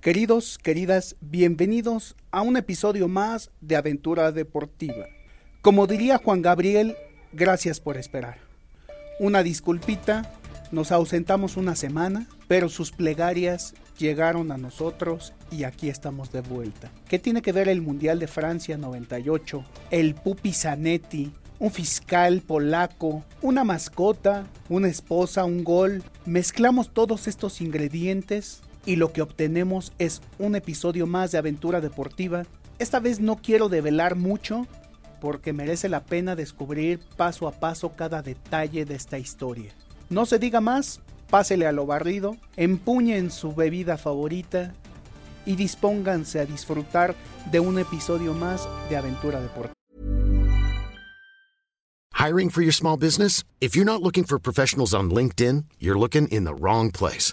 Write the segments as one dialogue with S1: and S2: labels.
S1: Queridos, queridas, bienvenidos a un episodio más de Aventura Deportiva. Como diría Juan Gabriel, gracias por esperar. Una disculpita, nos ausentamos una semana, pero sus plegarias llegaron a nosotros y aquí estamos de vuelta. ¿Qué tiene que ver el Mundial de Francia 98? El Pupi Zanetti, un fiscal polaco, una mascota, una esposa, un gol. Mezclamos todos estos ingredientes y lo que obtenemos es un episodio más de aventura deportiva. Esta vez no quiero develar mucho porque merece la pena descubrir paso a paso cada detalle de esta historia. No se diga más, pásele a lo barrido, empuñen su bebida favorita y dispónganse a disfrutar de un episodio más de Aventura Deportiva.
S2: Hiring for your small business? If you're not looking for professionals on LinkedIn, you're looking in the wrong place.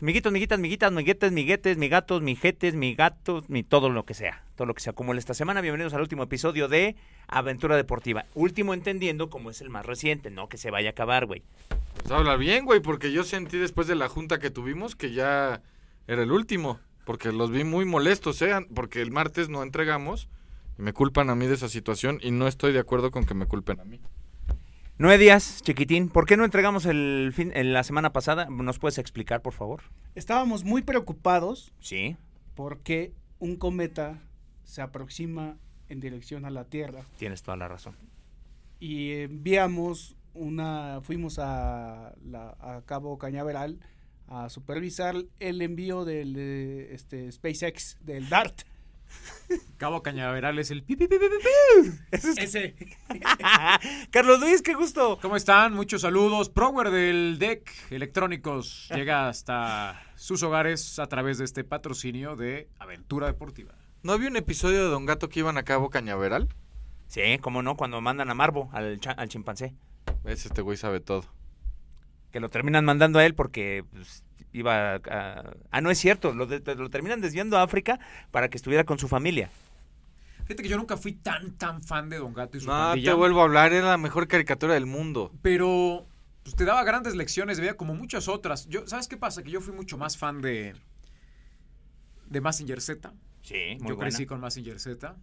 S3: Miguitos, miguitas, miguitas, miguetes, miguetes, migatos, mijetes, migatos, mi todo lo que sea. Todo lo que se acumula esta semana. Bienvenidos al último episodio de Aventura Deportiva. Último entendiendo como es el más reciente, no que se vaya a acabar, güey.
S4: Pues habla bien, güey, porque yo sentí después de la junta que tuvimos que ya era el último. Porque los vi muy molestos, ¿eh? Porque el martes no entregamos y me culpan a mí de esa situación y no estoy de acuerdo con que me culpen a mí.
S3: Nueve días, chiquitín. ¿Por qué no entregamos el fin, en la semana pasada? ¿Nos puedes explicar, por favor?
S1: Estábamos muy preocupados
S3: Sí.
S1: porque un cometa se aproxima en dirección a la Tierra
S3: Tienes toda la razón.
S1: y enviamos una, fuimos a, la- a Cabo Cañaveral a supervisar el envío del eh, este, SpaceX, del DART.
S5: Cabo Cañaveral es el pi, pi, pi, pi, pi, pi.
S1: Ese.
S3: Carlos Luis, qué gusto.
S5: ¿Cómo están? Muchos saludos. Prower del deck electrónicos llega hasta sus hogares a través de este patrocinio de Aventura Deportiva.
S4: ¿No había un episodio de Don Gato que iban a cabo Cañaveral?
S3: Sí, cómo no, cuando mandan a Marvo, al, cha- al chimpancé.
S4: Es este güey sabe todo.
S3: Que lo terminan mandando a él porque pues, iba a, a- Ah, no es cierto, lo, de- lo terminan desviando a África para que estuviera con su familia.
S5: Fíjate que yo nunca fui tan tan fan de Don Gato y su
S4: No,
S5: pandilla,
S4: te vuelvo a hablar, era la mejor caricatura del mundo.
S5: pero pues, te daba grandes lecciones de vida como muchas otras. Yo, ¿sabes qué pasa? Que yo fui mucho más fan de de Mazinger Z.
S3: Sí,
S5: yo crecí con Mazinger Z.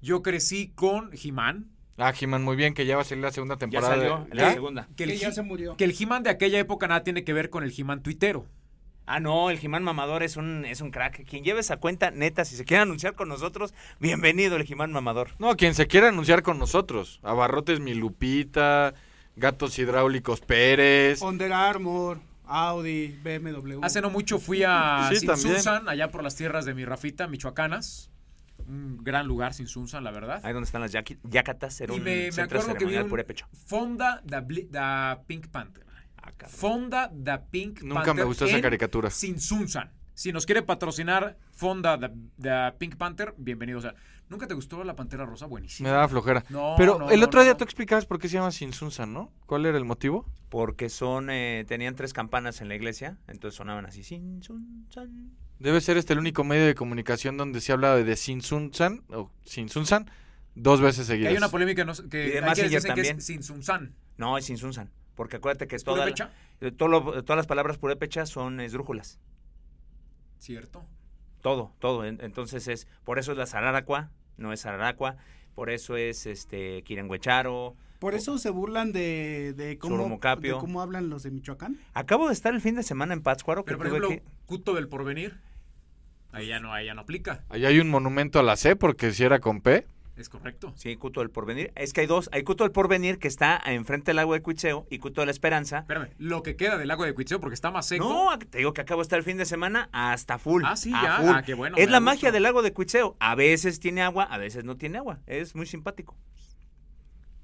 S5: Yo crecí con He-Man.
S4: Ah, He-Man, muy bien, que ya va a salir la segunda
S3: Ya
S4: temporada.
S3: salió
S4: ¿Ya?
S3: la segunda.
S5: Que el,
S1: Que ya
S5: He-
S1: se murió.
S5: que el He-Man de aquella época nada tiene que ver con el He-Man tuitero.
S3: Ah, no, el Jimán Mamador es un, es un crack. Quien lleve esa cuenta, neta, si se quiere anunciar con nosotros, bienvenido el Jimán Mamador.
S4: No, quien se quiera anunciar con nosotros. Abarrotes Mi Lupita, Gatos Hidráulicos Pérez.
S1: Under Armour, Audi, BMW.
S5: Hace no mucho fui a
S4: Sí,
S5: Sinsunzan, allá por las tierras de mi Rafita, Michoacanas. Un gran lugar, Sinsunzan, la verdad.
S3: Ahí donde están las yaqui- yacatas, era
S5: y
S3: un
S5: me, me
S3: centro
S5: acuerdo que vi
S3: ceremonial
S5: un
S3: purépecha.
S5: Fonda da, Bli- da Pink Panther.
S3: Ah, cabrón.
S5: Fonda da Pink
S4: Nunca
S5: Panther.
S4: me gustó esa
S5: en
S4: caricatura.
S5: Sinsunzan. Si nos quiere patrocinar Fonda da, da Pink Panther, bienvenido. O sea, ¿nunca te gustó la Pantera Rosa?
S4: Me
S5: Buenísimo.
S4: daba flojera.
S5: No,
S4: Pero
S5: no,
S4: el
S5: no,
S4: otro
S5: no,
S4: día
S5: no.
S4: tú explicabas por qué se llama Sinsunsan, ¿no? ¿Cuál era el motivo?
S3: Porque son, eh, tenían tres campanas en la iglesia, entonces sonaban así, sin, sun, san.
S4: Debe ser este el único medio de comunicación donde se habla de Sinsunsan o Sinsunsan dos veces
S5: Que
S4: seguidas.
S5: hay una polémica no sé-
S3: Y de
S5: que, hay
S3: Mazinger
S5: quienes dicen que
S3: también.
S5: es Sinsunzan.
S3: No, es sin sunsan, porque acuérdate que toda la-
S5: ¿Purépecha?
S3: eh, todo lo- todas las palabras purépechas son esdrújulas.
S5: Cierto.
S3: Todo, todo. En- Entonces es, por eso es la zararacua, no es zararacua, por eso es este Kirenguecharo.
S1: Por eso se burlan de, de cómo,
S3: Surmocapio.
S1: de cómo hablan los de Michoacán.
S3: Acabo de estar el fin de semana en Pátzcuaro, que
S5: Pero por
S3: tuve
S5: ejemplo,
S3: que-
S5: Cuto del Porvenir. Ahí ya no, ahí ya no aplica.
S4: Ahí hay un monumento a la C porque si era con P.
S5: Es correcto.
S3: Sí, Cuto del Porvenir. Es que hay dos. Hay Cuto del Porvenir que está enfrente del agua de Cuicheo y Cuto de la Esperanza.
S5: Espérame, lo que queda del agua de Cuitzeo porque está más seco.
S3: No, ac- te digo que acabo de estar el fin de semana hasta full.
S5: Ah, sí,
S3: a
S5: ya.
S3: full.
S5: Ah, qué bueno,
S3: Es
S5: me
S3: la
S5: da
S3: magia
S5: gusto.
S3: del lago de Cuicheo. A veces tiene agua, a veces no tiene agua. Es muy simpático.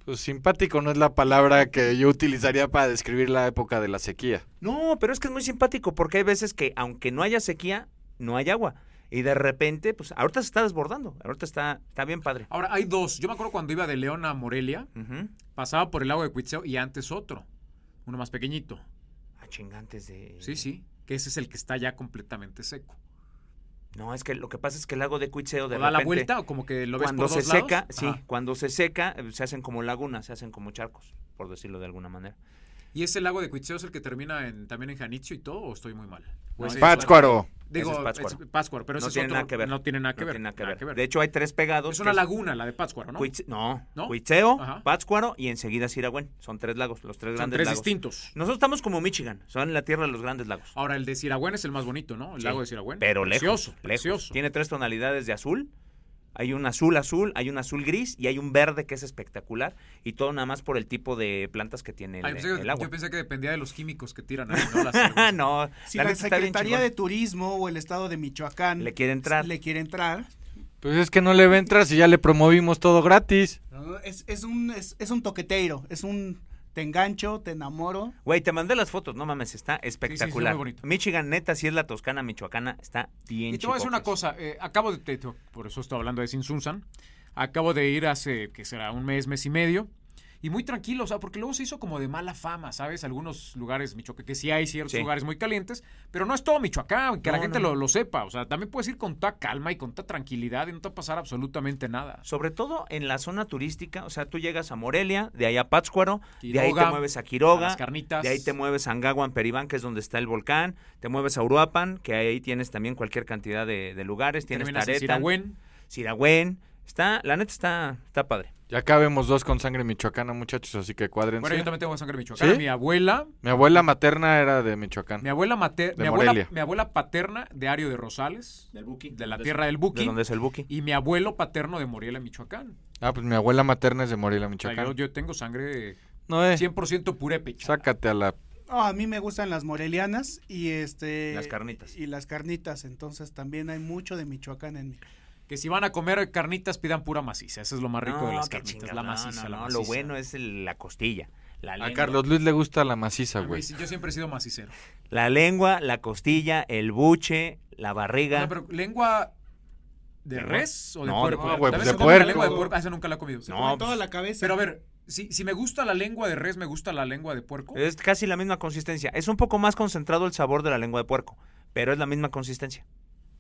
S4: Pues simpático no es la palabra que yo utilizaría para describir la época de la sequía.
S3: No, pero es que es muy simpático porque hay veces que aunque no haya sequía, no hay agua. Y de repente, pues ahorita se está desbordando. Ahorita está, está bien padre.
S5: Ahora, hay dos. Yo me acuerdo cuando iba de León a Morelia,
S3: Ujú.
S5: pasaba por el agua de Cuitzeo y antes otro. Uno más pequeñito.
S3: A chingantes Ah, de...
S5: Sí, sí. Que ese es el que está ya completamente seco.
S3: No, es que lo que pasa es que el lago de Cuicheo
S5: ¿O
S3: de
S5: da la
S3: repente,
S5: vuelta o como que lo ves
S3: cuando
S5: por
S3: se
S5: dos
S3: seca,
S5: lados?
S3: sí,
S5: Ajá.
S3: cuando se seca eh, se hacen como lagunas, se hacen como charcos, por decirlo de alguna manera.
S5: ¿Y ese lago de Cuitzeo es el que termina en, también en Janitzio y todo? ¿O estoy muy mal?
S3: No,
S5: Pues
S3: ese es
S4: Pátzcuaro.
S3: Ese
S5: Digo,
S3: es
S5: es
S3: Pátzcuaro.
S5: Pátzcuaro. pero ese
S3: no
S5: es
S3: tiene
S5: otro-
S3: nada que ver.
S5: No tiene nada que
S3: No
S5: ver.
S3: tiene nada que
S5: nada
S3: ver.
S5: que ver.
S3: De hecho, hay tres pegados.
S5: es
S3: que
S5: una laguna, la de Pátzcuaro, ¿no?
S3: Cuitz- No,
S5: ¿No?
S3: Cuitzeo,
S5: Ajá.
S3: Pátzcuaro y enseguida Siragüen. Son tres lagos, los tres
S5: Son
S3: grandes
S5: tres
S3: lagos.
S5: distintos.
S3: Nosotros estamos como Michigan, son la tierra de los grandes lagos.
S5: Ahora, el de Siragüen es el más bonito, ¿no? El
S3: Sí,
S5: lago de Siragüen.
S3: Pero
S5: precioso,
S3: lejos, lejos.
S5: precioso.
S3: Tiene tres tonalidades de azul. Hay un azul azul, hay un azul gris y hay un verde que es espectacular. Y todo nada más por el tipo de plantas que tiene el,
S5: Ay, pensé que-
S3: el agua. Ah,
S5: Yo pensé que dependía de los químicos que tiran ahí, ¿no? Las aguas.
S3: no,
S1: Si
S3: la
S1: la,
S3: neta está bien
S1: Secretaría de
S3: chingona.
S1: Turismo o el Estado de Michoacán
S3: Le quiere entrar.
S1: le quiere entrar,
S4: Pues es que no le entras y ya le promovimos todo gratis.
S1: ¿no? es, es un, es, es un toqueteiro, es un te engancho, te enamoro.
S3: Güey, te mandé las fotos, no mames, está espectacular.
S5: muy bonito.
S3: Michigan, neta, si es la Toscana michoacana, está bien
S5: Y te voy a decir una
S3: chicofres.
S5: cosa. eh, acabo de... te- te- por eso estoy hablando de Sinsunsan. Acabo de ir hace, que será un mes, mes y medio. Y muy tranquilo, o sea, porque luego se hizo como de mala fama, ¿sabes? Algunos lugares, Michoacán, que sí hay ciertos
S3: Sí.
S5: lugares muy calientes, pero no es todo Michoacán, que la
S3: No,
S5: gente
S3: no,
S5: Lo, lo sepa. O sea, también puedes ir con toda calma y con toda tranquilidad y no te va a pasar absolutamente nada.
S3: Sobre todo en la zona turística, o sea, tú llegas a Morelia, de ahí a Pátzcuaro, de ahí
S5: Quiroga,
S3: te mueves a
S5: a
S3: Quiroga,
S5: las carnitas.
S3: de ahí te mueves a Angaguan, Peribán, que es donde está el volcán, te mueves a Uruapan, que ahí tienes también cualquier cantidad de, de lugares, tienes
S5: Terminas en
S3: Taretan,
S5: Siragüen.
S3: Siragüen, está, la neta está, está padre.
S4: Ya cabemos dos con sangre michoacana, muchachos, así que cuádrense.
S5: Bueno, yo también tengo sangre michoacana.
S4: ¿Sí?
S5: Mi abuela,
S4: Mi abuela materna era de Michoacán.
S5: mi abuela mater,
S4: De
S5: mi abuela,
S4: Morelia.
S5: mi abuela paterna de Ario de Rosales, de la tierra del
S3: De
S5: Buki,
S3: donde es el Buki.
S5: y mi abuelo paterno de Morelia, Michoacán.
S4: Ah, pues mi abuela materna es de Morelia,
S5: O sea, yo,
S4: Michoacán.
S5: yo tengo sangre
S4: No, eh.
S5: 100% purépecha.
S4: Sácate a la...
S1: Ah, a mí me gustan las morelianas y este
S3: Las carnitas.
S1: Y las carnitas, entonces también hay mucho de Michoacán en mí.
S5: Que si van a comer carnitas pidan pura maciza, eso es lo más rico de las
S3: qué
S5: carnitas,
S3: chinga-
S5: la
S3: no,
S5: maciza,
S3: no,
S5: la
S3: no,
S5: maciza.
S3: lo bueno es el- la costilla, la
S4: A
S3: lengua,
S4: Carlos Luis le gusta la maciza,
S5: A mí
S4: Ah, güey.
S5: sí, yo siempre he sido macicero.
S3: la lengua, la costilla, el buche, la barriga.
S5: No, pero lengua de
S3: ¿Lengua?
S5: res o de
S3: No,
S5: puerco. Ah,
S4: no, güey,
S5: Tal
S4: pues
S5: vez
S4: de
S5: se come la
S4: puerco.
S5: lengua de puerco, Ah, esa nunca la he comido.
S1: Se
S3: No,
S1: comen
S3: pues,
S1: toda la cabeza.
S5: Pero a ver, si, si me gusta la lengua de res, me gusta la lengua de puerco.
S3: Es casi la misma consistencia. Es un poco más concentrado el sabor de la lengua de puerco, pero es la misma consistencia.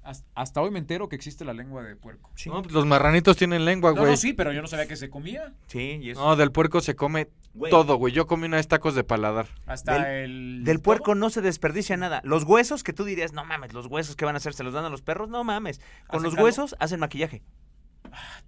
S5: Hasta, hasta hoy me entero que existe la lengua de puerco.
S4: No, pues los marranitos tienen lengua,
S5: No,
S4: güey.
S5: no, sí, pues. pero yo no sabía que se comía.
S3: Sí, y es-
S4: No, del puerco se come
S3: Güey,
S4: todo, güey. Yo comí una vez tacos de paladar.
S5: Hasta
S3: Del-
S5: el.
S3: Del
S5: todo.
S3: puerco no se desperdicia nada. Los huesos que tú dirías, no mames, los huesos que van a hacer, se los dan a los perros, no mames. Con
S5: ¿Hacen
S3: los
S5: caldo?
S3: huesos hacen maquillaje.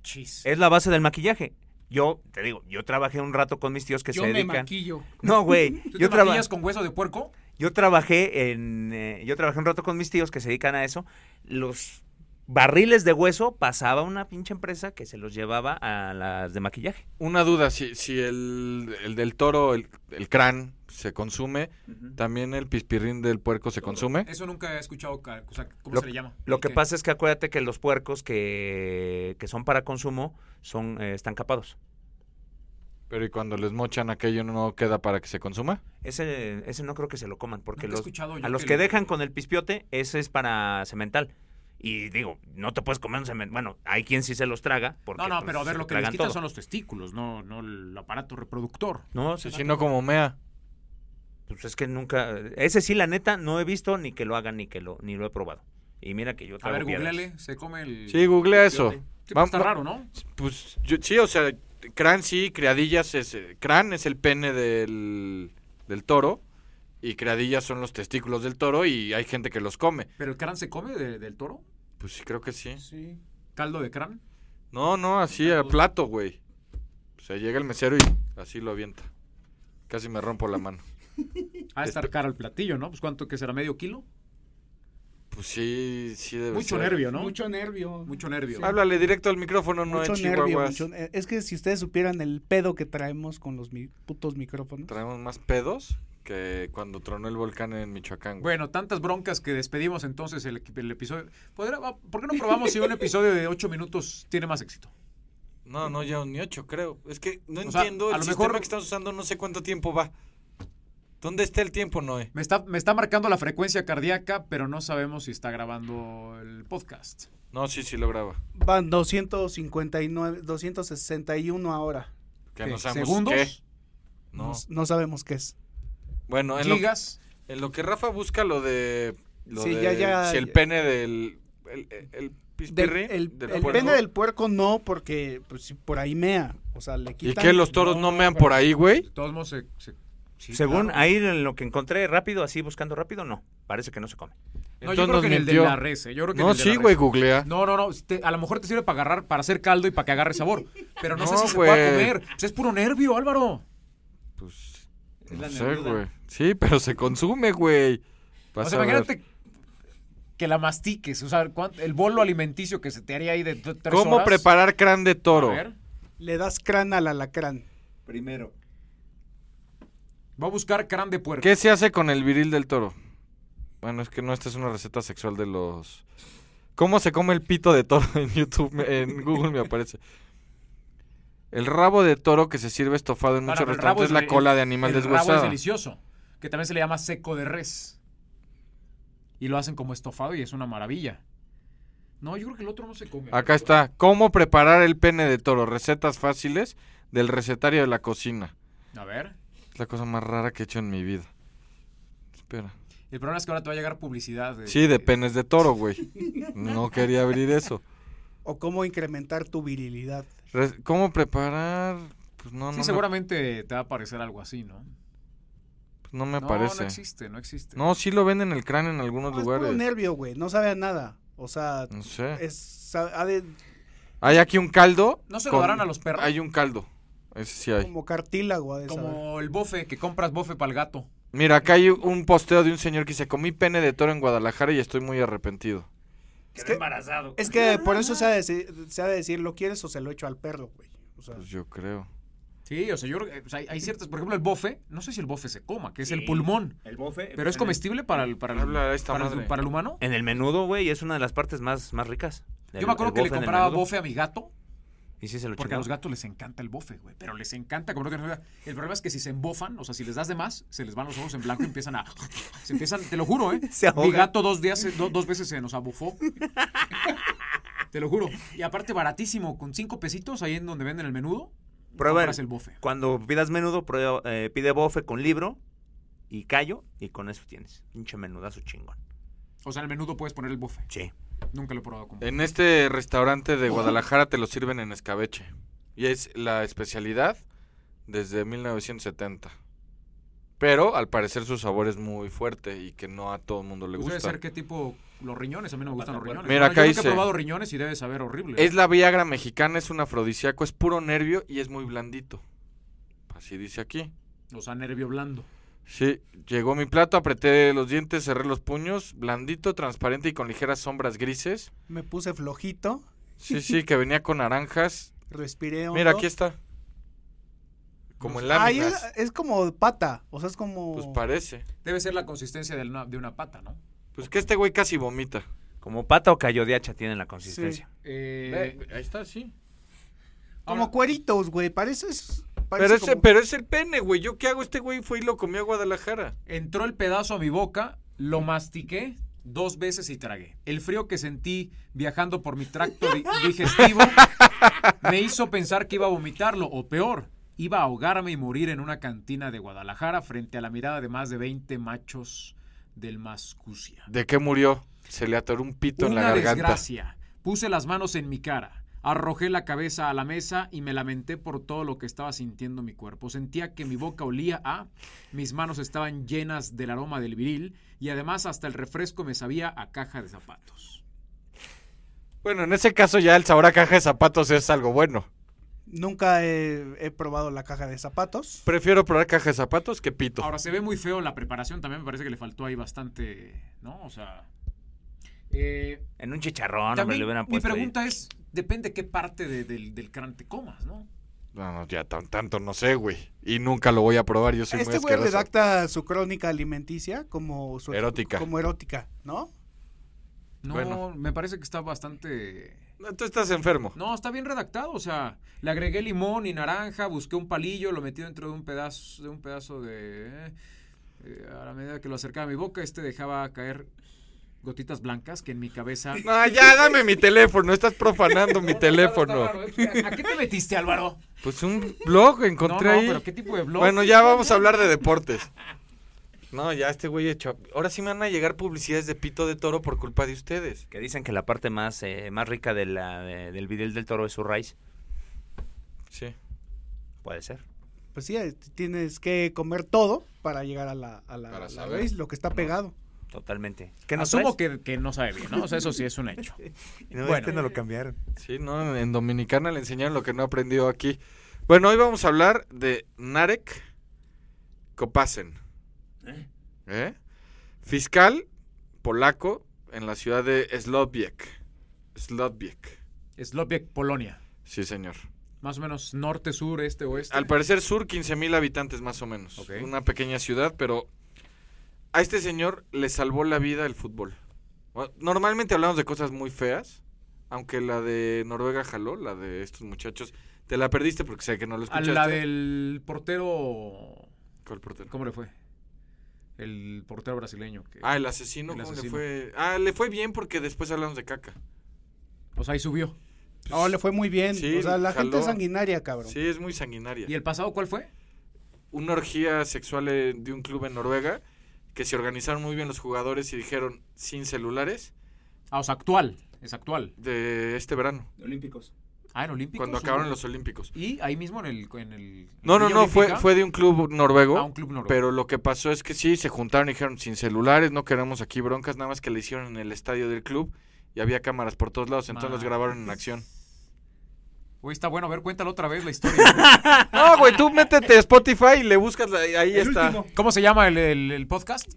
S5: Chis.
S3: Es la base del maquillaje. Yo te digo, yo trabajé un rato con mis tíos que
S1: yo
S3: se
S1: me
S3: dedican.
S1: maquillo.
S3: No, güey.
S5: ¿Tú
S3: yo
S5: te
S3: traba-
S5: maquillas con hueso de puerco?
S3: Yo trabajé en eh, yo trabajé un rato con mis tíos que se dedican a eso. Los barriles de hueso pasaba una pinche empresa que se los llevaba a las de maquillaje.
S4: Una duda, si, si el, el del toro, el, el crán, se consume, ¿también el pispirrín del puerco se consume?
S5: Eso nunca he escuchado. ca- O sea, ¿cómo
S3: ¿Eh? Lo-
S5: se le llama?
S3: Lo que
S5: ¿Qué?
S3: pasa es que acuérdate que los puercos que, que son para consumo son eh, están capados.
S4: Pero ¿y cuando les mochan aquello no queda para que se consuma?
S3: Ese, ese no creo que se lo coman, porque
S5: Nunca he
S3: los,
S5: escuchado yo
S3: a los
S5: que
S3: que
S5: le-
S3: dejan con el pispiote, ese es para cemental. Y digo, no te puedes comer un cemental. Bueno, hay quien sí se los traga. Porque,
S5: No, no,
S3: pues,
S5: pero a ver,
S3: se
S5: lo que les
S3: tragan
S5: quitan
S3: todo.
S5: son los testículos, no, no el aparato reproductor.
S3: No,
S4: Sí,
S3: sí,
S4: sí, no como mea.
S3: Pues es que nunca. Ese sí, la neta, no he visto ni que lo hagan ni que lo ni lo he probado. Y mira que yo
S5: A
S3: traigo
S5: ver,
S3: piedras.
S5: googleale, se come el.
S4: Sí, googlea eso.
S3: pispiote.
S5: Sí, pues
S4: Va-
S5: está
S4: va-
S5: raro, ¿no?
S4: Pues yo- sí, o sea, crán sí, criadillas es... eh, Crán es el pene del, del toro y criadillas son los testículos del toro y hay gente que los come.
S5: Pero el crán se come de- del toro.
S4: Pues sí, creo que sí.
S1: Sí.
S5: Caldo de crán.
S4: No, no, así
S1: pues.
S4: a plato, güey. O sea, llega el mesero y así lo avienta. Casi me rompo la mano.
S3: Este
S5: Ha de estar caro el platillo, ¿no? Pues cuánto que será medio kilo.
S4: Pues sí, sí debe
S5: Mucho
S4: ser.
S5: nervio, ¿no?
S1: Mucho nervio.
S5: Mucho nervio.
S4: Háblale directo al micrófono, no
S1: mucho
S4: en
S1: nervio.
S4: chihuahuas.
S1: mucho ne- es que si ustedes supieran el pedo que traemos con los mi- putos micrófonos.
S4: Traemos más pedos que cuando tronó el volcán en Michoacán. güey.
S5: Bueno, tantas broncas que despedimos entonces el, equi- el episodio. ¿Podrá- va- ¿Por qué no probamos si un episodio de ocho minutos tiene más éxito?
S4: No, no, ya ni ocho, creo. Es que no
S5: O sea,
S4: entiendo
S5: a
S4: el
S5: lo
S4: sistema
S5: mejor-
S4: que estás usando, no sé cuánto tiempo va. ¿Dónde está el tiempo, Noé?
S5: Me está, me está marcando la frecuencia cardíaca, pero no sabemos si está grabando el podcast.
S4: No, sí, sí lo graba.
S1: Van 259, 261 ahora.
S4: Que
S1: ¿Qué?
S4: no sabemos
S5: ¿Segundos?
S4: qué. No.
S1: No sabemos qué es.
S4: Bueno, en lo,
S5: ¿Gigas?
S4: en lo que Rafa busca lo de. lo
S1: Sí,
S4: de
S1: ya, ya,
S4: Si el
S1: ya.
S4: pene del. El, el, el
S1: Del-
S4: pispirri.
S1: el
S4: del
S1: el
S4: puerco.
S1: pene del puerco no, porque pues, si por ahí mea. O sea, le
S4: ¿Y
S1: quitan.
S4: qué? ¿Los toros no mean por ahí, güey?
S5: De todos modos, se- se- sí,
S3: Según
S5: claro.
S3: ahí en lo que encontré rápido, así buscando rápido, no. Parece que no se come.
S5: No,
S4: Entonces
S5: yo creo
S4: nos
S5: que en el de
S4: mintió.
S5: la res. eh, Yo creo que en
S4: No,
S5: el de la
S4: sí, güey,
S5: res.
S4: googlea.
S5: No, no, no. te- a lo mejor te sirve para agarrar, para hacer caldo y para que agarre sabor. Pero no, sé
S4: No,
S5: si se
S4: güey.
S5: pueda comer. Pues es puro nervio, Álvaro.
S4: Pues.
S5: Es
S4: No
S5: la
S4: sé,
S5: nerviuda.
S4: güey. Sí, pero se consume, güey. Vas
S5: o sea,
S4: a ver.
S5: imagínate que la mastiques. O sea, cuán- el bolo alimenticio que se te haría ahí de t- tres
S4: ¿Cómo
S5: horas.
S4: preparar crán de
S5: A
S4: toro?
S5: ver.
S1: Le das crán al alacrán.
S6: Primero.
S5: Va a buscar crán de puerco.
S4: ¿Qué se hace con el viril del toro? Bueno, es que no, esta es una receta sexual de los... ¿Cómo se come el pito de toro en YouTube? me- En Google me aparece. El rabo de toro que se sirve estofado en
S5: Para,
S4: muchos
S5: pero el rabo
S4: restaurantes es la
S5: de-
S4: cola de animal
S5: el rabo es
S4: deshuesada.
S5: delicioso. Que también se le llama seco de res. Y lo hacen como estofado y es una maravilla. No, yo creo que el otro no se come.
S4: Acá está. ¿Cómo preparar el pene de toro? Recetas fáciles del recetario de la cocina.
S5: A ver.
S4: Es la cosa más rara que he hecho en mi vida. Espera.
S5: El problema es que ahora te va a llegar publicidad. De,
S4: Sí, de penes de toro, güey. No quería abrir eso.
S1: O cómo incrementar tu virilidad.
S4: Re- ¿Cómo preparar? Pues no,
S5: Sí,
S4: no, me,
S5: seguramente te va a aparecer algo así, ¿no?
S4: pues no me
S5: no,
S4: parece.
S5: no existe, no existe.
S4: No, sí lo venden el cráneo en algunos
S1: No, es Pues puro
S4: lugares. Mm.
S1: nervio, güey. No sabe a nada. O sea,
S4: No sé.
S1: es, sa- ha de-
S4: Hay aquí un caldo.
S5: Eh, ¿No se lo darán a los perros?
S4: Hay un caldo. Ese sí hay.
S1: como cartílago. ha de saber.
S5: Como el bofe, que compras bofe para el gato.
S4: Mira, acá hay un posteo de un señor que dice, comí pene de toro en Guadalajara y estoy muy arrepentido.
S1: que-
S3: Quedé embarazado.
S1: Es que por eso se ha, de, deci- se ha de decir, ¿lo quieres o se lo echo al perro, güey? O sea,
S4: Pues yo creo.
S5: Sí, o sea, yo creo que, o sea, hay, hay ciertas, por ejemplo, el bofe, no sé si el bofe se coma, que es el
S6: Sí.
S5: pulmón,
S6: El bofe.
S5: pero es comestible para el, para el,
S4: Habla esta
S5: para el-
S4: madre.
S5: para el humano.
S3: En el menudo, güey, es una de las partes más, más ricas.
S5: yo me acuerdo que le compraba bofe a mi gato,
S3: Y sí se lo
S5: porque a
S3: chingaba.
S5: los gatos les encanta el bofe, güey, pero les encanta como no tienes idea. El problema es que si se embofan, o sea, si les das de más, se les van los ojos en blanco y empiezan a... Se empiezan, te lo juro, ¿eh?
S3: Se ahogan.
S5: mi gato dos días, se- do- dos veces se nos abofó. te lo juro. Y aparte baratísimo, con cinco pesitos ahí en donde venden el menudo,
S3: Prueba
S5: compras
S3: el-
S5: el bofe.
S3: Cuando pidas menudo, prueba- eh, pide bofe con libro y callo y con eso tienes. Pinche menudazo chingón.
S5: O sea, en el menudo puedes poner el bofe.
S3: Sí.
S5: Nunca lo he probado
S3: Eh,
S5: con bofe.
S4: En este restaurante de Guadalajara te lo sirven en escabeche. Y es la especialidad desde 1970. Pero al parecer su sabor es muy fuerte y que no a todo el mundo le
S5: Pues
S4: gusta.
S5: debe ser qué tipo los riñones, a mí no me gustan los riñones.
S4: pues. Mira,
S5: Bueno,
S4: acá
S5: yo nunca
S4: dice-
S5: he probado riñones y debe saber horrible.
S4: Es la Viagra mexicana, es un afrodisíaco, es puro nervio y es muy blandito. Así dice aquí.
S5: O sea, nervio blando.
S4: Sí, llegó mi plato, apreté los dientes, cerré los puños, blandito, transparente y con ligeras sombras grises.
S1: me puse flojito,
S4: Sí, sí, que venía con naranjas.
S1: respiré hondo.
S4: Mira, aquí está. Como en
S1: Ay, es,
S4: láminas.
S1: es como pata, o sea, es como...
S4: Pues parece.
S5: Debe ser la consistencia de una, de una pata, ¿no?
S4: Pues que este güey casi vomita.
S3: Como pata o callo de hacha tienen la consistencia.
S5: Eh,
S4: ahí está, sí.
S1: como
S5: ahora-
S1: cueritos, güey, pareces... parece
S4: Pero es,
S1: como-
S4: pero es el pene, güey. ¿Yo qué hago? Este güey fue y lo comió a Guadalajara.
S5: Entró el pedazo a mi boca, lo mastiqué dos veces y tragué. El frío que sentí viajando por mi tracto di- digestivo me hizo pensar que iba a vomitarlo, o peor, iba a ahogarme y morir en una cantina de Guadalajara frente a la mirada de más de 20 machos del Mascucia.
S4: ¿De qué murió? Se le atoró un pito en la
S5: Una
S4: garganta.
S5: desgracia. Puse las manos en mi cara, arrojé la cabeza a la mesa y me lamenté por todo lo que estaba sintiendo mi cuerpo. Sentía que mi boca olía a, mis manos estaban llenas del aroma del viril y además hasta el refresco me sabía a caja de zapatos.
S4: Bueno, en ese caso ya el sabor a caja de zapatos es algo bueno.
S1: Nunca he, he probado la caja de zapatos.
S4: Prefiero probar caja de zapatos que pito.
S5: Ahora se ve muy feo la preparación, también me parece que le faltó ahí bastante, ¿no? O sea, Eh,
S3: En un chicharrón, hombre,
S5: también
S3: le hubieran
S5: mi
S3: puesto. ahí.
S5: pregunta es, depende qué parte de- del, del cráneo te comas, ¿no?
S4: No, no, ya tan- tanto no sé, güey. Y nunca lo voy a probar, yo soy
S1: este
S4: muy
S1: güey
S4: asqueroso.
S1: redacta su crónica alimenticia como su-
S4: Erótica.
S1: Como erótica, ¿no?
S5: No,
S4: Bueno.
S5: me parece que está bastante...
S4: No, Tú estás enfermo.
S5: No, está bien redactado, o sea, le agregué limón y naranja, busqué un palillo, lo metí dentro de un pedazo de un pedazo de eh, a la medida que lo acercaba a mi boca, este dejaba caer gotitas blancas que en mi cabeza
S4: No, ya dame mi teléfono, estás profanando mi teléfono.
S5: ¿A qué te metiste, Álvaro?
S4: Pues un blog encontré
S5: no, no,
S4: ahí.
S5: pero ¿qué tipo de blog?
S4: Bueno, ya vamos a hablar de deportes. No, ya este güey hecho. Ahora sí me van a llegar publicidades de pito de toro por culpa de ustedes.
S3: Que dicen que la parte más, eh, más rica de la, de- del Videl del Toro es su raíz.
S4: Sí.
S3: Puede ser.
S1: Pues sí, eh, tienes que comer todo para llegar a la, a la,
S4: Para
S1: la
S4: saber. Pues
S1: raíz, lo que está pegado.
S3: Totalmente. ¿Qué
S5: que
S3: nos
S5: Asumo que, que no sabe bien, ¿no? O sea, eso sí es un hecho.
S3: No,
S5: Bueno. eh,
S3: este no lo cambiaron.
S4: Sí, no, en Dominicana le enseñaron lo que no aprendió aquí. Bueno, hoy vamos a hablar de Narek Kopasen. ¿Eh? Fiscal polaco en la ciudad de Sloviek. Sloviek.
S5: Slopiek, Polonia.
S4: Sí, señor.
S5: Más o menos norte, sur, este, oeste.
S4: Al parecer sur, 15 mil habitantes más o menos.
S5: Ok.
S4: Una pequeña ciudad, pero a este señor le salvó la vida el fútbol. Bueno, Normalmente hablamos de cosas muy feas, aunque la de Noruega jaló, la de estos muchachos. Te la perdiste porque sé que no lo
S5: A
S4: escuchaste.
S5: la del portero.
S4: ¿Cuál portero?
S5: ¿Cómo le fue? El portero brasileño. que-
S4: Ah, el asesino,
S5: El
S4: ¿cómo
S5: asesino.
S4: le fue? Ah, le fue bien porque después hablamos de caca.
S5: Pues ahí subió.
S1: No, le fue muy bien.
S4: Sí,
S1: o sea, la gente
S4: jaló.
S1: es sanguinaria, cabrón.
S4: Sí, es muy sanguinaria.
S5: ¿Y el pasado cuál fue?
S4: una orgía sexual eh, de un club en Noruega que se organizaron muy bien los jugadores y dijeron sin celulares
S5: Ah, o sea, actual. Es actual.
S4: de este verano,
S6: Olímpicos.
S5: Ah, en Olímpicos.
S4: cuando
S5: o-
S4: acabaron los Olímpicos.
S5: Y ahí mismo en el. En el
S4: No,
S5: en
S4: no,
S5: Villa
S4: no, fue,
S5: Olímpica.
S4: fue de un club noruego.
S5: Ah, un club noruego.
S4: Pero lo que pasó es que sí, se juntaron y dijeron sin celulares, no queremos aquí broncas, nada más que le hicieron en el estadio del club y había cámaras por todos lados, entonces los
S5: Madre.
S4: grabaron en acción.
S5: Güey, está bueno. A ver, cuéntalo otra vez la historia.
S4: No, güey, tú métete a Spotify y le buscas, la- ahí está.
S5: ¿Cómo se llama el, el- el podcast?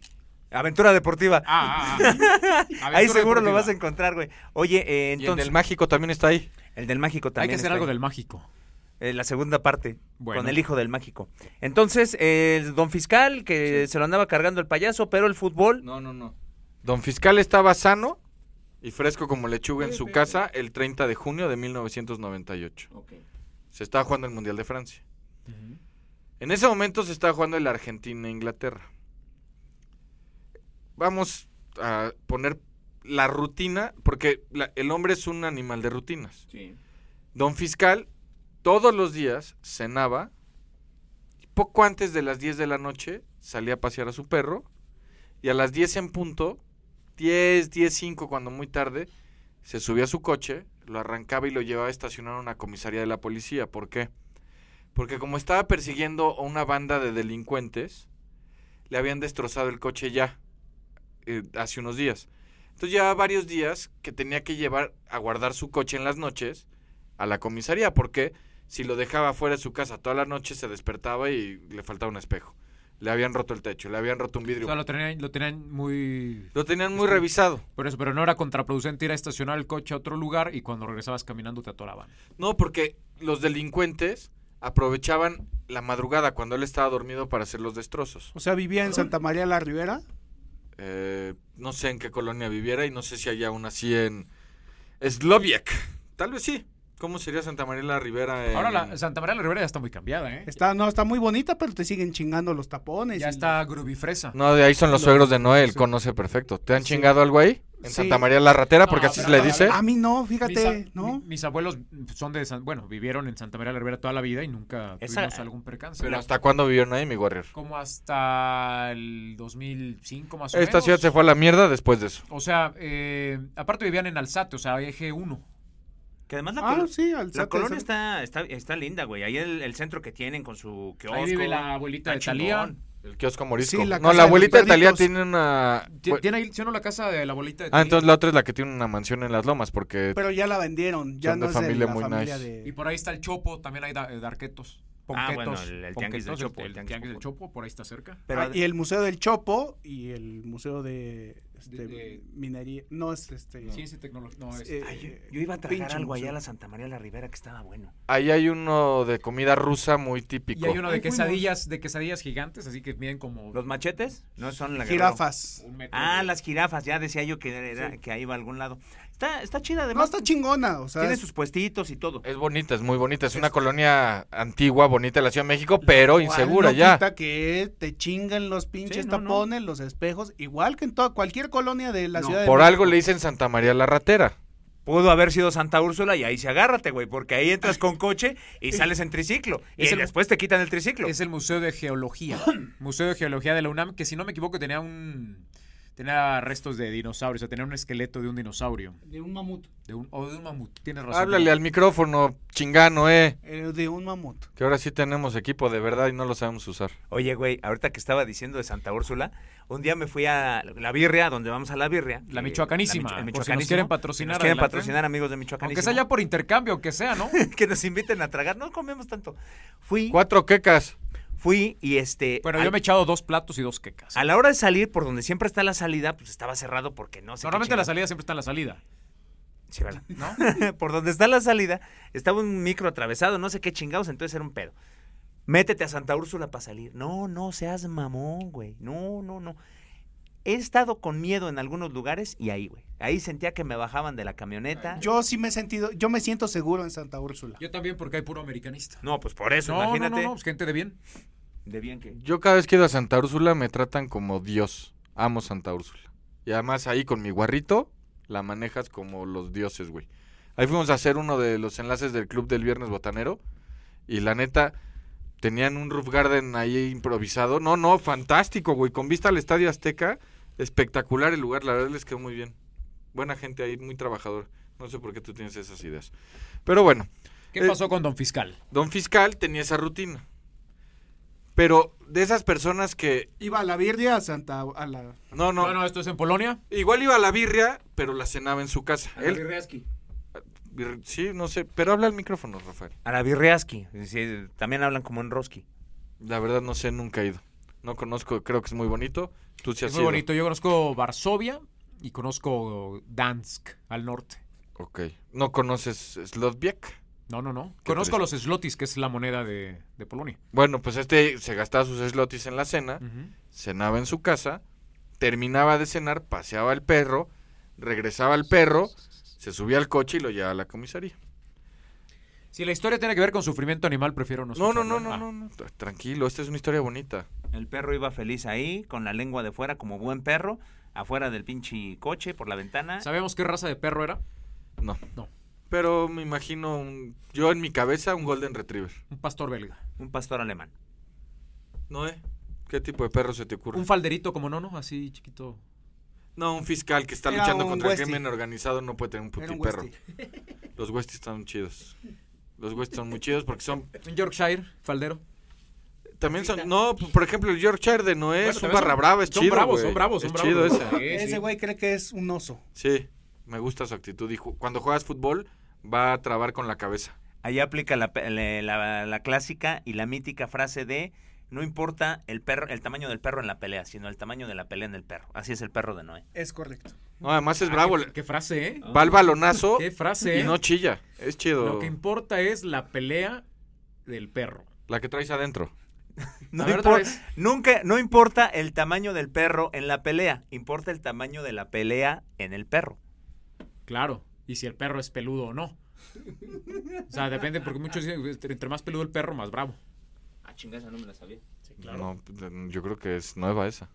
S3: Aventura deportiva.
S5: Ah, ah, ah.
S3: Ahí
S5: Aventura
S3: seguro lo
S5: deportiva.
S3: vas a encontrar, güey. Oye, eh,
S4: Y el
S3: entonces.
S4: del mágico también está ahí.
S3: el del mágico
S5: Hay
S3: también.
S5: que hacer
S3: está
S5: algo
S3: ahí.
S5: del mágico.
S3: Eh, la segunda parte.
S5: Bueno.
S3: Con el hijo del mágico. Entonces, eh, don fiscal, que se lo andaba cargando el payaso, pero el fútbol.
S4: No, no, no. Don Fiscal estaba sano y fresco como lechuga en su casa el 30 de junio de 1998.
S6: Ok.
S4: Se estaba jugando el Mundial de Francia. En ese momento se estaba jugando el Argentina-Inglaterra. Vamos a poner la rutina, porque la- el hombre es un animal de rutinas.
S6: Sí.
S4: Don Fiscal todos los días cenaba. y Poco antes de las 10 de la noche salía a pasear a su perro. Y a las 10 en punto, 10, 10, 5, cuando muy tarde, se subía a su coche, lo arrancaba y lo llevaba a estacionar a una comisaría de la policía. ¿Por qué? Porque como estaba persiguiendo a una banda de delincuentes, le habían destrozado el coche ya, eh, hace unos días. Entonces llevaba varios días que tenía que llevar a guardar su coche en las noches a la comisaría, porque si lo dejaba fuera de su casa toda la noche se despertaba y le faltaba un espejo. Le habían roto el techo, le habían roto un
S5: O
S4: vidrio.
S5: sea, lo tenían, lo tenían muy.
S4: Lo tenían muy revisado.
S5: Por eso, pero no era contraproducente ir a estacionar el coche a otro lugar y cuando regresabas caminando te atoraban.
S4: No, porque los delincuentes aprovechaban la madrugada cuando él estaba dormido para hacer los destrozos.
S1: O sea, vivía en Santa María la Ribera.
S4: Eh, no sé en qué colonia viviera y no sé si hay aún así en Sloviak. Tal vez sí. ¿Cómo sería Santa María la Rivera? en-
S5: Ahora la Santa María la Rivera ya está muy cambiada, ¿eh?
S1: Está, no, está muy bonita, pero te siguen chingando los tapones.
S5: Ya
S1: y-
S5: está grubifresa.
S4: No, de ahí son los suegros de Noé, él conoce perfecto. ¿Te han chingado algo ahí? En
S1: Sí.
S4: Santa María la Ratera, porque
S5: No,
S4: así se
S5: pero
S4: le
S5: a ver,
S4: dice.
S1: Ah, A mí no,
S5: Mis a-
S1: fíjate, ¿no?
S5: mi- mis abuelos son de San- bueno, vivieron en Santa María la Rivera toda la vida y nunca
S3: Esa- eh,
S5: tuvimos algún percance.
S4: Pero ¿hasta cuándo vivieron ahí, mi warrior?
S5: como hasta el 2005 más o menos.
S4: Esta ciudad se fue a la mierda después de eso.
S5: O sea, eh, aparte vivían en Alzate, o sea, eje 1.
S3: Que además la,
S1: Ah,
S3: colo-
S1: sí, al
S3: la
S1: Sate,
S3: colonia
S1: Sate.
S3: está, está, está linda, güey. Ahí el, el centro que tienen con su kiosco.
S5: Ahí vive la abuelita
S3: está
S5: de Talía.
S3: chingón.
S4: El kiosco morisco.
S1: Sí, la casa
S4: no, la
S1: de los
S4: abuelita de Talía
S1: perritos.
S4: tiene una...
S5: Ti- ¿Tiene ahí si no la casa de la abuelita de
S4: Ah,
S5: Talía.
S4: entonces la otra es la que tiene una mansión en las lomas, porque
S1: Pero ya la vendieron, ya
S4: Son de
S1: no es de
S4: familia
S1: la
S4: muy
S1: familia
S4: nice.
S5: Y
S1: de... Ah,
S5: por ahí está el Chopo, también hay da- eh, darquetos.
S3: Ah,
S5: Ponquetos,
S3: bueno, el- el tianguis del
S5: ponquetos,
S3: Chopo,
S5: El,
S3: el
S5: el
S3: tianguis
S5: tianguis del
S3: Chopo.
S5: Chopo, por ahí está cerca.
S3: Pero
S1: Ah, y el Museo del Chopo y el Museo de este,
S5: de-
S1: minería. No es este.
S5: Ciencia y tecnología. No, es-
S1: eh,
S3: Ay, yo, yo iba a traer
S1: pinche
S3: algo allá
S1: museo.
S3: a la Santa María la Rivera que estaba bueno.
S4: Ahí hay uno de comida rusa muy
S5: y
S4: típico.
S5: hay uno de
S1: Ahí fuimos.
S5: quesadillas, de quesadillas gigantes, así que miden como
S3: ¿Los machetes? No son la Guerrero.
S1: Jirafas.
S5: un metro.
S3: Ah,
S5: de-
S3: las jirafas, ya decía yo que, era- que ahí iba a algún lado. Está, está chida,
S1: No,
S3: además.
S1: está chingona. O sea,
S3: Tiene
S1: es-
S3: sus puestitos y todo.
S4: Es bonita, es muy bonita. Es una colonia antigua, bonita de la Ciudad de México, pero
S1: Igual
S4: insegura
S1: no
S4: ya.
S1: quita que te chingan los pinches
S3: Sí, no, no.
S1: tapones, los espejos, igual que en toda cualquier colonia de la
S3: No,
S1: ciudad. de
S4: Por
S1: México.
S4: algo le dicen Santa María la Ratera.
S3: Pudo haber sido Santa Úrsula y ahí se agárrate, güey, porque ahí entras con coche y sales en triciclo. Y
S5: Ah. Es el-
S3: después te quitan el triciclo.
S5: Es el Museo de Geología. Museo de Geología de la UNAM, que si no me equivoco tenía un tenía restos de dinosaurios, o sea, tenía un esqueleto de un dinosaurio,
S1: De un mamut.
S5: de un o de un mamut. Tienes razón.
S4: Háblale al micrófono, chingano, eh.
S1: eh, de un mamut.
S4: Que ahora sí tenemos equipo de verdad y no lo sabemos usar.
S3: Oye, güey, ahorita que estaba diciendo de Santa Úrsula, un día me fui a la birria, donde vamos a la birria.
S5: La
S3: Eh, Micho-
S5: Michoacanísima, por si nos
S3: Michoacanísima.
S5: quieren
S3: Si
S5: patrocinar,
S3: nos quieren
S5: adelante.
S3: patrocinar, amigos de Michoacanísima.
S5: Aunque sea ya por intercambio, aunque sea, ¿no?
S3: que nos inviten a tragar, no comemos tanto. Fui,
S4: Cuatro quecas.
S3: fui y este...
S5: Pero
S3: al-
S5: yo me he echado dos platos y dos quecas.
S3: A la hora de salir, por donde siempre está la salida, pues estaba cerrado porque no sé qué
S5: Normalmente la
S3: chingado-
S5: salida siempre está en la salida,
S3: Sí, ¿verdad?
S5: ¿no?
S3: por donde está la salida, estaba un micro atravesado, no sé qué chingados, entonces era un pedo. Métete a Santa Úrsula para salir. No, no, seas mamón, güey. No, no, no. He estado con miedo en algunos lugares y ahí, güey. Ahí sentía que me bajaban de la camioneta.
S1: Yo sí me he sentido, yo me siento seguro en Santa Úrsula.
S5: Yo también porque hay puro americanista.
S3: No, pues por eso,
S5: No,
S3: imagínate.
S5: no, no, no, pues gente de bien.
S3: De bien que.
S4: Yo cada vez que he ido a Santa Úrsula me tratan como Dios. Amo Santa Úrsula. Y además ahí con mi guarrito la manejas como los dioses, güey. Ahí fuimos a hacer uno de los enlaces del club del viernes botanero. Y la neta, tenían un roof garden ahí improvisado. No, no, fantástico, güey. Con vista al Estadio Azteca, espectacular el lugar. La verdad les quedó muy bien. Buena gente ahí, muy trabajadora. No sé por qué tú tienes esas ideas. Pero bueno,
S5: ¿Qué
S4: Eh,
S5: pasó con Don Fiscal?
S4: don Fiscal tenía esa rutina. Pero de esas personas que...
S1: Iba a la birria a Santa a la
S4: No, no,
S5: No, no, esto es en Polonia.
S4: Igual iba a la birria, pero la cenaba en su casa. Él- bir- sí, no sé, pero habla al micrófono, Rafael.
S3: A la Birriaski. sí, también hablan como en Roski.
S4: La verdad no sé, nunca he ido. No conozco, creo que es muy bonito. Tú sí has
S5: Es muy
S4: ido.
S5: bonito. Yo conozco Varsovia y conozco Dansk al norte.
S4: Ok. ¿No conoces Slotviek?
S5: No, no, no. Conozco
S4: triste.
S5: los slotis, que es la moneda de, de Polonia.
S4: Bueno, pues este se gastaba sus slotis en la cena,
S5: Mm.
S4: cenaba en su casa, terminaba de cenar, paseaba al perro, regresaba al perro, se subía al coche y lo llevaba a la comisaría.
S5: Si la historia tiene que ver con sufrimiento animal, prefiero no
S4: No, no, no,
S5: escucharla.
S4: no, no,
S5: Ah.
S4: no. tra- Tranquilo, esta es una historia bonita.
S3: El perro iba feliz ahí, con la lengua de fuera, como buen perro, afuera del pinche coche, por la ventana.
S5: ¿Sabemos qué raza de perro era?
S4: No.
S5: No.
S4: Pero me imagino, un- yo en mi cabeza, un Golden Retriever.
S5: Un pastor belga.
S3: Un pastor alemán.
S4: ¿No, eh? ¿Qué tipo de perro se te ocurre?
S5: Un falderito como nono, así chiquito.
S4: no, un fiscal que está
S1: Era
S4: luchando
S1: un
S4: contra
S1: Westie.
S4: el crimen organizado no puede tener un
S1: era
S4: puti
S1: un
S4: perro.
S1: Westie.
S4: Los Westies están chidos. Los Westies son muy chidos porque son...
S5: Un Yorkshire, faldero.
S4: También son... No, p- por ejemplo, el Yorkshire de Noé
S5: Bueno,
S4: es un
S5: también
S4: barra
S5: son-
S4: brava, es
S5: son
S4: chido,
S5: bravos,
S4: güey.
S5: son bravos, son
S4: Es
S5: bravos.
S4: chido ese.
S5: Sí, sí.
S1: Ese güey cree que es un oso.
S4: Sí, me gusta su actitud. Y ju- cuando juegas fútbol, va a trabar con la cabeza.
S3: Allá aplica la, pe- le- la- la clásica y la mítica frase de no importa el perro, el tamaño del perro en la pelea, sino el tamaño de la pelea en el perro. Así es el perro de Noé.
S1: Es correcto.
S4: No, además es
S5: Ah,
S4: bravo.
S5: Qué, qué frase, ¿eh?
S4: Va al balonazo
S5: Qué frase,
S4: y
S5: ¿eh?
S4: no chilla. Es chido.
S5: Lo que importa es la pelea del perro.
S4: La que traes adentro.
S3: No
S5: A ver, otra
S3: impor-
S5: vez.
S3: nunca, no importa el tamaño del perro en la pelea, importa el tamaño de la pelea en el perro.
S5: Claro. Y si el perro es peludo o no. O sea, depende, porque muchos dicen, entre entre más peludo el perro, más bravo.
S3: Ah, no me la sabía.
S4: No, p- yo creo que es nueva esa.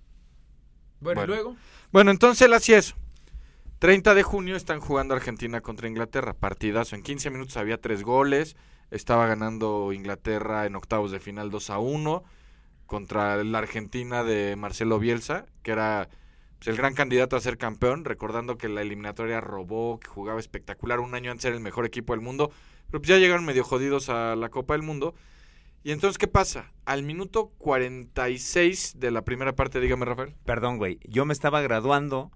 S5: Bueno,
S4: Bueno.
S5: y luego.
S4: Bueno, entonces él hacía eso. 30 de junio están jugando Argentina contra Inglaterra. Partidazo. En 15 minutos había tres goles. Estaba ganando Inglaterra en octavos de final 2 a 1 contra la Argentina de Marcelo Bielsa, que era pues, el gran candidato a ser campeón. Recordando que la eliminatoria robó, que jugaba espectacular un año antes, era el mejor equipo del mundo. Pero pues ya llegaron medio jodidos a la Copa del Mundo. Y entonces, ¿qué pasa? Al minuto 46 de la primera parte, dígame, Rafael.
S3: Perdón, güey. Yo me estaba graduando,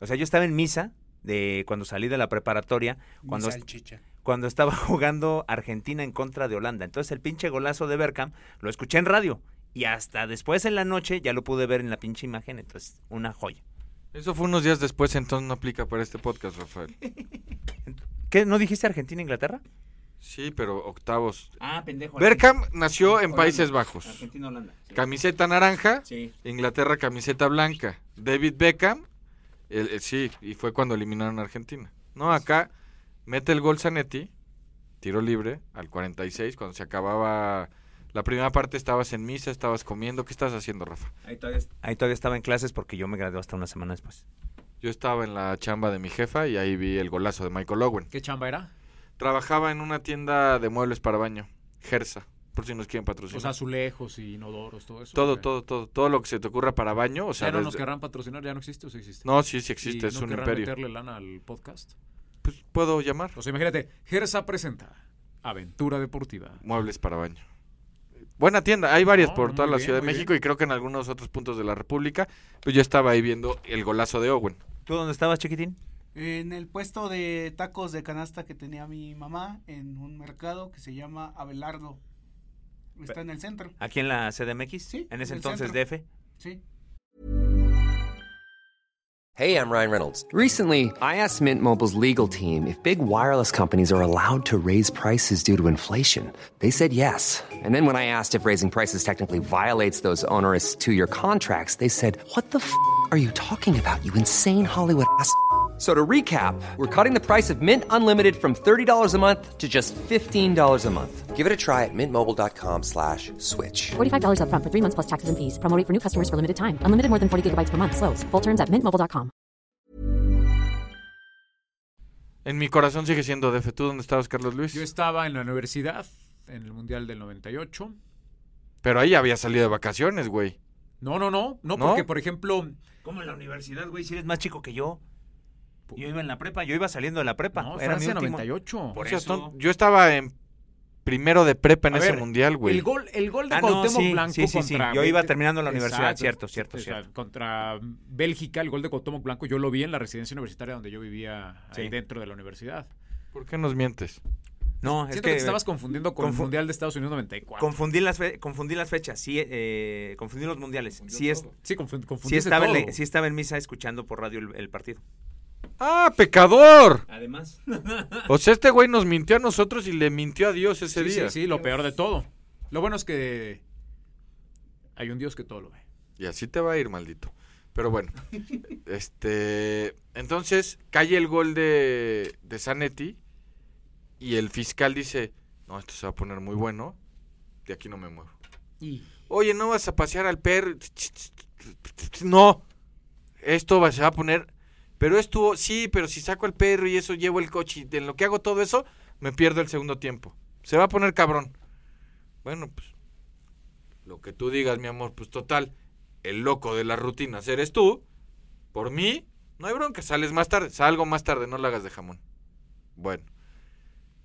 S3: o sea, yo estaba en misa de cuando salí de la preparatoria, cuando,
S1: Mi salchicha.
S3: cuando estaba jugando Argentina en contra de Holanda. Entonces el pinche golazo de Berkham lo escuché en radio y hasta después en la noche ya lo pude ver en la pinche imagen. Entonces, una joya.
S4: Eso fue unos días después, entonces no aplica para este podcast, Rafael.
S3: ¿Qué? ¿No dijiste Argentina-Inglaterra?
S4: Sí, pero octavos.
S6: Ah, pendejo.
S4: Berkham nació en
S6: Holanda.
S4: Países
S3: Pues,
S4: Bajos.
S6: Argentina-Holanda.
S4: Camiseta naranja,
S6: Sí.
S4: Inglaterra camiseta blanca. David Beckham, el- el- sí, y fue cuando eliminaron a Argentina. No, acá mete el gol Zanetti, tiro libre, al 46, cuando se acababa la primera parte, estabas en misa, estabas comiendo. ¿Qué estás haciendo, Rafa?
S6: Ahí todavía está.
S3: Ahí todavía estaba en clases porque yo me gradué hasta una semana después.
S4: Yo estaba en la chamba de mi jefa y ahí vi el golazo de Michael Owen.
S5: ¿Qué chamba era?
S4: Trabajaba en una tienda de muebles para baño, Gersa, por si nos quieren
S3: Pues
S5: O sea,
S4: patrocinar.
S5: azulejos y inodoros, todo eso.
S4: todo,
S5: Ok.
S4: todo, todo, todo lo que se te ocurra para baño, o sea,
S5: ¿Ya no nos
S4: desde-
S5: querrán patrocinar? ¿Ya no existe o sí existe?
S4: no, sí, sí
S5: ¿Y
S4: existe, es
S5: no
S4: un
S5: querrán
S4: imperio.
S5: meterle lana al podcast?
S4: Pues puedo llamar.
S5: O sea, imagínate, Gersa presenta Aventura Deportiva.
S4: Muebles para baño. Buena tienda, hay varias
S5: No,
S4: por
S5: no,
S4: toda
S5: muy
S4: la
S5: bien,
S4: Ciudad de
S5: muy
S4: México y creo que en algunos otros puntos de la República. Pues yo estaba ahí viendo el golazo de Owen.
S3: ¿Tú dónde estabas, chiquitín?
S1: En el puesto de tacos de canasta que tenía mi mamá en un mercado que se llama Abelardo. Está en el centro,
S3: ¿Aquí en la CDMX?
S1: Sí,
S3: En ese
S1: en el
S3: entonces
S1: centro.
S3: DF.
S1: sí.
S7: Hey, I'm Ryan Reynolds. Recently, I asked Mint Mobile's legal team if big wireless companies are allowed to raise prices due to inflation. They said yes. And then when I asked if raising prices technically violates those onerous two year contracts, they said, What the f are you talking about, you insane Hollywood ass? f- So to recap, we're cutting the price of Mint Unlimited from $30 a month to just $15 a month. Give it a try at mintmobile.com slash switch.
S8: $45 up front for three months plus taxes and fees. Promo rate for new customers for limited time. Unlimited more than 40 gigabytes per month. Slows. Full terms at mintmobile.com.
S4: En mi corazón sigue siendo DF. ¿Tú dónde estabas, Carlos Luis?
S5: Yo estaba en la universidad, en el Mundial del 98.
S4: Pero ahí había salido de vacaciones, güey.
S5: No, no, no, no,
S4: ¿No?
S5: porque, por ejemplo,
S3: ¿Cómo en la universidad, güey? Si eres más chico que yo. Yo iba en la prepa, yo iba saliendo de la prepa.
S5: no,
S3: Era mi
S5: Francia
S3: último-
S5: 98.
S3: Por
S4: O sea,
S3: eso.
S4: ton- Yo estaba en primero de prepa en
S5: A
S4: ese
S5: ver,
S4: mundial, güey.
S5: El gol, el gol de
S3: Ah, no,
S5: Cuauhtémoc
S3: sí,
S5: Blanco
S3: sí, sí, sí.
S5: contra...
S3: Yo iba terminando la universidad, cierto,
S5: Exacto.
S3: cierto,
S5: O sea,
S3: cierto.
S5: Contra Bélgica, el gol de Cuauhtémoc Blanco, yo lo vi en la residencia universitaria donde yo vivía ahí
S3: Sí.
S5: dentro de la universidad.
S4: ¿Por qué nos mientes?
S3: No, es
S5: Siento que,
S3: que
S5: te estabas confundiendo con el
S3: confu-
S5: Mundial de Estados Unidos 94.
S3: confundí las, fe- confundí las fechas, sí, eh, confundí los mundiales. Sí, es,
S5: sí, confu-
S3: sí,
S5: confundiste
S3: estaba en,
S5: todo.
S3: la- sí estaba en misa escuchando por radio el, el partido.
S4: ¡Ah, pecador!
S3: Además,
S4: O sea, este güey nos mintió a nosotros y le mintió a Dios ese
S5: Sí,
S4: día.
S5: sí, sí, lo peor de todo. Lo bueno es que hay un Dios que todo lo ve.
S4: Y así te va a ir, maldito. Pero bueno, este. Entonces, cae el gol de, de Zanetti y el fiscal dice: No, esto se va a poner muy bueno, de aquí no me muevo. Oye, no vas a pasear al perro. No, esto va- se va a poner. Pero estuvo, sí, pero si saco al perro y eso llevo el coche, y en lo que hago todo eso, me pierdo el segundo tiempo. Se va a poner cabrón. Bueno, pues. Lo que tú digas, mi amor, pues total, el loco de las rutinas eres tú. Por mí, no hay bronca, sales más tarde, salgo más tarde, no la hagas de jamón. Bueno,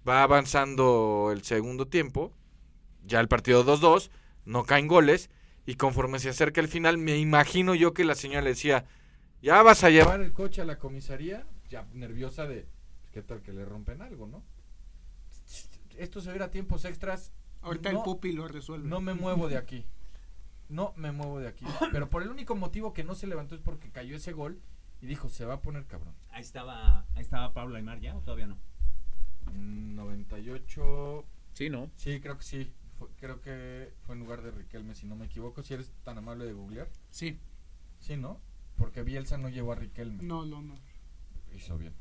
S4: va avanzando el segundo tiempo, ya el partido 2-2, no caen goles, y conforme se acerca el final, me imagino yo que la señora le decía, ya vas a llevar el coche a la comisaría, ya nerviosa de, "Pues, ¿qué tal que le rompen algo, no? Esto se verá a tiempos extras.
S1: Ahorita el
S4: No.
S1: pupi lo resuelve.
S4: No me muevo de aquí. No me muevo de aquí. Pero por el único motivo que no se levantó es porque cayó ese gol y dijo, se va a poner cabrón.
S6: Ahí estaba, ahí estaba Pablo Aymar ya o todavía no.
S4: Mm, 98...
S5: Sí, ¿no?
S4: Sí, creo que sí. Fue- creo que fue en lugar de Riquelme, si no me equivoco. Si eres tan amable de googlear.
S1: Sí,
S4: Sí, ¿no? Porque Bielsa no llevó a Riquelme.
S1: no, no, no.
S4: Hizo bien.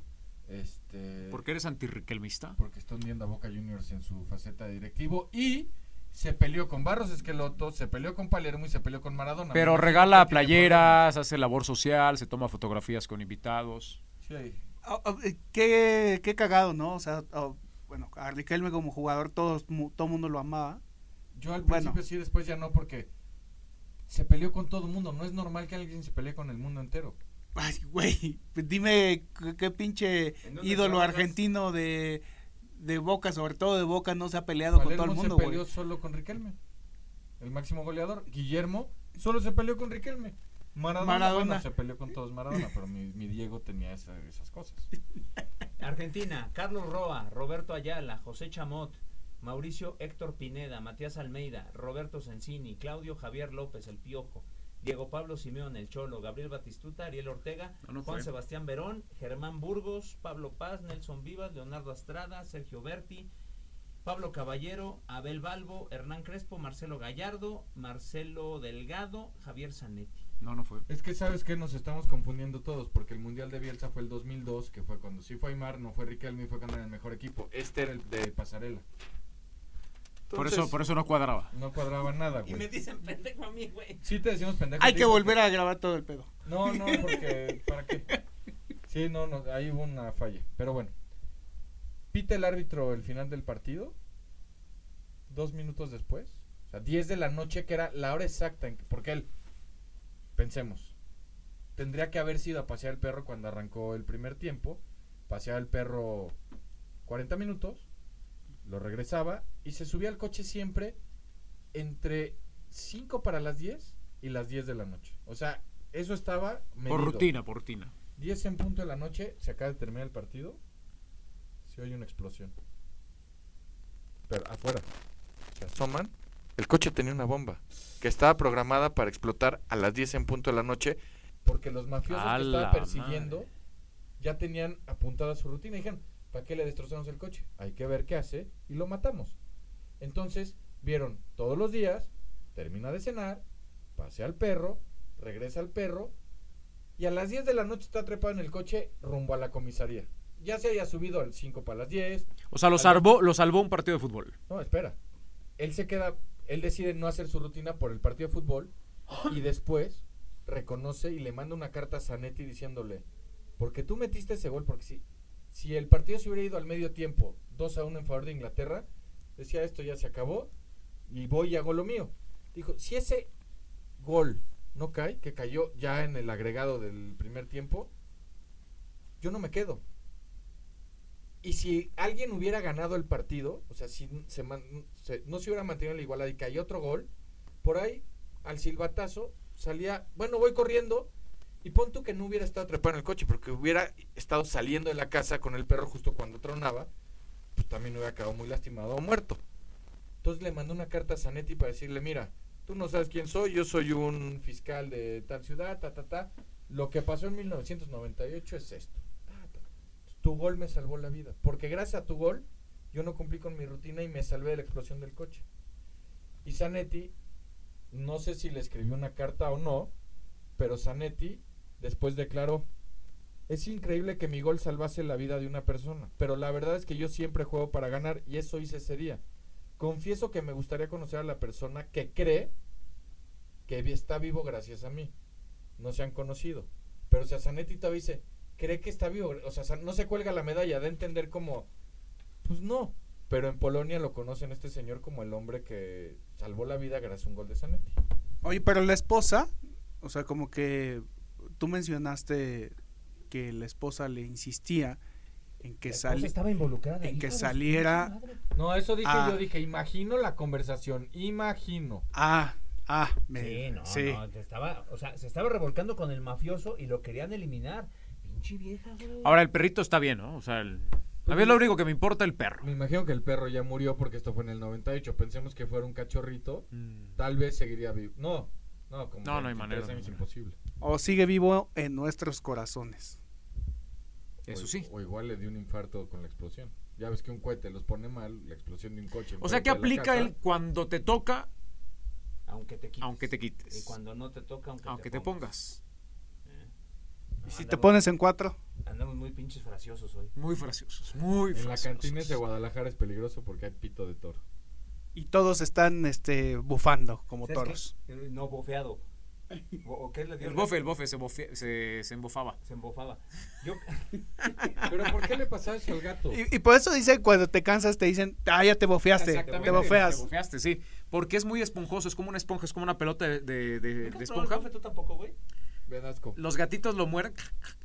S4: Este...
S5: Porque eres antirriquelmista.
S4: porque está hundiendo a Boca Juniors en su faceta de directivo y se peleó con Barros Esqueloto, se peleó con Palermo y se peleó con Maradona.
S5: Pero
S4: Me imagino
S5: regala
S4: que tiene
S5: playeras, hace labor social, se toma fotografías con invitados.
S4: problemas. Sí.
S1: Ah, ah, eh, qué, qué cagado, ¿no? O sea, ah, bueno, a Riquelme como jugador todos, mu- todo mundo lo amaba.
S4: Yo al
S1: Bueno.
S4: principio sí, después ya no, porque se peleó con todo el mundo. No es normal que alguien se pelee con el mundo entero.
S1: Ay, güey, pues dime qué, qué pinche
S4: ¿En dónde
S1: ídolo
S4: trabajas?
S1: argentino de, de Boca, sobre todo de Boca, no se ha peleado con todo el
S4: Palermo
S1: mundo,
S4: se peleó
S1: güey.
S4: solo con Riquelme, el máximo goleador. Guillermo solo se peleó con Riquelme. Maradona,
S1: Maradona.
S4: bueno, se peleó con todos Maradona, pero mi, mi Diego tenía esa- esas cosas.
S6: Argentina, Carlos Roa, Roberto Ayala, José Chamot, Mauricio Héctor Pineda, Matías Almeida, Roberto Cencini, Claudio Javier López, El Piojo, Diego Pablo Simeón, El Cholo, Gabriel Batistuta, Ariel Ortega,
S5: No, no
S6: Juan
S5: fue.
S6: Sebastián Verón, Germán Burgos, Pablo Paz, Nelson Vivas, Leonardo Estrada, Sergio Berti, Pablo Caballero, Abel Balbo, Hernán Crespo, Marcelo Gallardo, Marcelo Delgado, Javier Zanetti.
S5: No, no fue.
S4: Es que sabes que nos estamos confundiendo todos, porque el Mundial de Bielsa fue el 2002, que fue cuando sí fue Aymar, no fue Riquelme y fue cuando era el mejor equipo. Este era el de Pasarela.
S5: por, eso, por eso no cuadraba.
S4: No cuadraba nada, güey.
S6: dicen pendejo a mí, güey.
S4: Sí te decimos pendejo.
S1: Hay
S4: sí,
S1: que volver
S4: porque-
S1: a grabar todo el pedo.
S4: No, no, porque ¿para qué? Sí, no, no, ahí hubo una falla. Pero bueno. Pita el árbitro el final del partido. Dos minutos después. O sea, 10 de la noche, que era la hora exacta. En que, porque él, pensemos, tendría que haber sido a pasear el perro cuando arrancó el primer tiempo. Paseaba el perro 40 minutos. Lo regresaba y se subía al coche siempre entre 5 para las 10 y las 10 de la noche. O sea, eso estaba medido.
S5: Por rutina, por rutina.
S4: 10 en punto de la noche, se acaba de terminar el partido. Se oye una explosión. Pero afuera. Se asoman. El coche tenía una bomba que estaba programada para explotar a las 10 en punto de la noche porque los mafiosos
S9: A
S4: que
S9: la
S4: estaban persiguiendo
S9: madre.
S4: ya tenían apuntada su rutina. Y dijeron, ¿para qué le destrozamos el coche? Hay que ver qué hace y lo matamos. Entonces vieron todos los días, termina de cenar, pasea al perro, regresa al perro y a las 10 de la noche está trepado en el coche rumbo a la comisaría. Ya se haya subido al 5 para las 10.
S5: O sea, lo salvó, lo salvó un partido de fútbol.
S4: No, espera. Él se queda, él decide no hacer su rutina por el partido de fútbol y después reconoce y le manda una carta a Zanetti diciéndole, porque tú metiste ese gol, porque si, si el partido se hubiera ido al medio tiempo, 2 a 1 en favor de Inglaterra, decía esto ya se acabó y voy y hago lo mío. Dijo, si ese gol no cae, que cayó ya en el agregado del primer tiempo, yo no me quedo. Y si alguien hubiera ganado el partido, o sea, si se man- se- no se hubiera mantenido la igualdad y cayó otro gol, por ahí al silbatazo salía, bueno, voy corriendo y pon tú que no hubiera estado trepado en el coche, porque hubiera estado saliendo de la casa con el perro justo cuando tronaba, pues también hubiera quedado muy lastimado o muerto. Entonces le mandó una carta a Zanetti para decirle, mira, tú no sabes quién soy, yo soy un fiscal de tal ciudad, ta, ta, ta. Lo que pasó en 1998 es esto. Ta, ta. Tu gol me salvó la vida, porque gracias a tu gol yo no cumplí con mi rutina y me salvé de la explosión del coche. Y Zanetti, no sé si le escribió una carta o no, pero Zanetti después declaró, es increíble que mi gol salvase la vida de una persona, pero la verdad es que yo siempre juego para ganar y eso hice ese día. Confieso que me gustaría conocer a la persona que cree que vi- está vivo gracias a mí. No se han conocido. Pero o sea, Zanetti todavía dice, cree que está vivo. O sea, Zan- no se cuelga la medalla de entender como, pues no. Pero en Polonia lo conocen a este señor como el hombre que salvó la vida gracias a un gol de Zanetti.
S1: Oye, pero la esposa, o sea, como que tú mencionaste que la esposa le insistía en que, sali-
S6: involucrada.
S1: en que saliera.
S4: No, eso dije
S1: Ah.
S4: yo, dije, imagino la conversación, imagino.
S1: Ah, ah, me,
S6: Sí, no,
S1: sí.
S6: no, te estaba, o sea, se estaba revolcando con el mafioso y lo querían eliminar. Pinche vieja, güey.
S5: Ahora, el perrito está bien, ¿no? O sea, el... a mí es lo único que me importa el perro.
S4: Me imagino que el perro ya murió porque esto fue en el 98. Pensemos que fuera un cachorrito, tal vez seguiría vivo. No, no, como
S5: Mm. No, no hay
S4: 23
S5: manera, no hay
S4: años,
S5: manera.
S4: imposible.
S1: O sigue vivo en nuestros corazones.
S5: Eso
S4: O-
S5: sí.
S4: O igual le dio un infarto con la explosión. Ya ves que un cohete los pone mal, la explosión de un coche.
S5: O sea, ¿qué
S4: enfrente de la
S5: aplica
S4: casa,
S5: él cuando te toca,
S6: Aunque te quites.
S5: aunque te quites?
S6: Y cuando no te toca, aunque,
S5: Aunque te pongas.
S1: Y
S6: No,
S1: si te
S6: andamos-
S1: pones en cuatro,
S6: Andamos muy pinches graciosos hoy.
S5: Muy graciosos, muy
S4: En la
S5: graciosos.
S4: cantina de Guadalajara es peligroso porque hay pito de toro.
S1: y todos están este, bufando como
S6: ¿Sabes
S1: toros.
S6: qué? Eh, No, bofeado. Bo- ¿O qué le dio?
S5: El bofe, el bofe se, bofe- se, se embofaba.
S6: Se embofaba. Yo,
S4: Pero ¿por qué le pasaba eso al gato?
S1: Y, y por eso dicen cuando te cansas te dicen, ah, ya te bofeaste, te
S5: Te
S1: bofeas.
S5: bofeaste, sí. Porque es muy esponjoso, es como una esponja, es como una pelota de, de- de-
S6: ¿Nunca has
S5: de
S6: probado el
S5: esponja.
S6: bofe tú tampoco, güey?
S4: Me da asco.
S5: Los gatitos lo mueren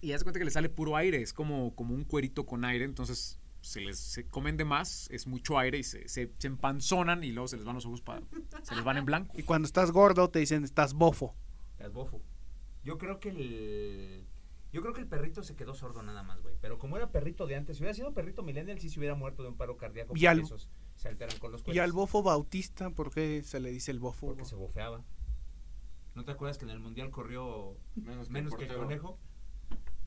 S5: y haz de cuenta que le sale puro aire. Es como, como un cuerito con aire, entonces se les se comen de más, es mucho aire y se, se, se empanzonan y luego se les van los ojos para. se les van en blanco.
S1: Y cuando estás gordo te dicen, estás bofo.
S6: Las bofo. Yo creo que el. Yo creo que el perrito se quedó sordo nada más, güey. Pero como era perrito de antes, si hubiera sido perrito millennial, sí se hubiera muerto de un paro cardíaco. porque
S1: al-
S6: esos
S3: Pues
S6: se alteran con los
S1: Y
S6: cohetes.
S1: al bofo bautista, ¿por qué se le dice el bofo?
S6: Porque se bofeaba. ¿No te acuerdas que en el Mundial corrió
S4: Menos
S6: menos
S4: que
S6: que,
S4: el portero.
S6: Conejo?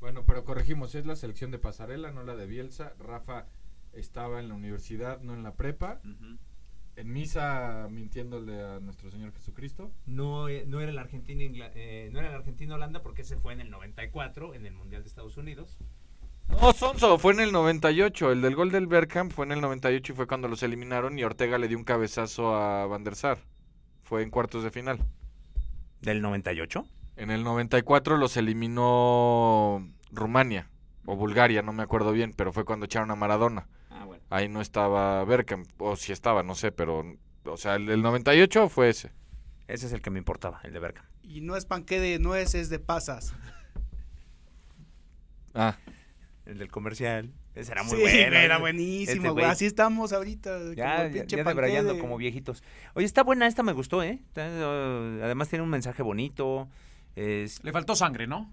S4: Bueno, pero corregimos, es la selección de pasarela, no la de Bielsa. Rafa estaba en la universidad, no en la prepa. En misa mintiéndole a nuestro Señor Jesucristo.
S6: No, eh, no era el Argentina Ingla- eh, no era el Argentina Holanda porque se fue en el 94 en el Mundial de Estados Unidos.
S4: No, Sonso, fue en el 98. El del gol del Berkham fue en el 98 y fue cuando los eliminaron y Ortega le dio un cabezazo a Van der Sar. Fue en cuartos de final.
S3: ¿Del 98?
S4: En el 94 los eliminó Rumania o Bulgaria, no me acuerdo bien, pero fue cuando echaron a Maradona.
S6: Ah, bueno.
S4: Ahí no estaba Berkham, o si estaba, no sé, pero... O sea, el del 98 fue ese.
S3: Ese es el que me importaba, el de Berkham.
S10: Y no es panqué de nueces, de pasas.
S4: Ah,
S3: El del comercial. Ese era muy
S10: Sí,
S3: bueno. eh,
S10: güey, era
S3: Ese
S10: buenísimo, güey.
S3: güey.
S10: Así estamos ahorita. como
S3: Ya,
S10: el
S3: ya,
S10: pinche
S3: ya
S10: panqué
S3: debrayando
S10: de-
S3: como viejitos. Oye, está buena esta, me gustó, ¿eh? Está, eh, Además tiene un mensaje bonito. Es...
S5: Le faltó sangre, ¿no?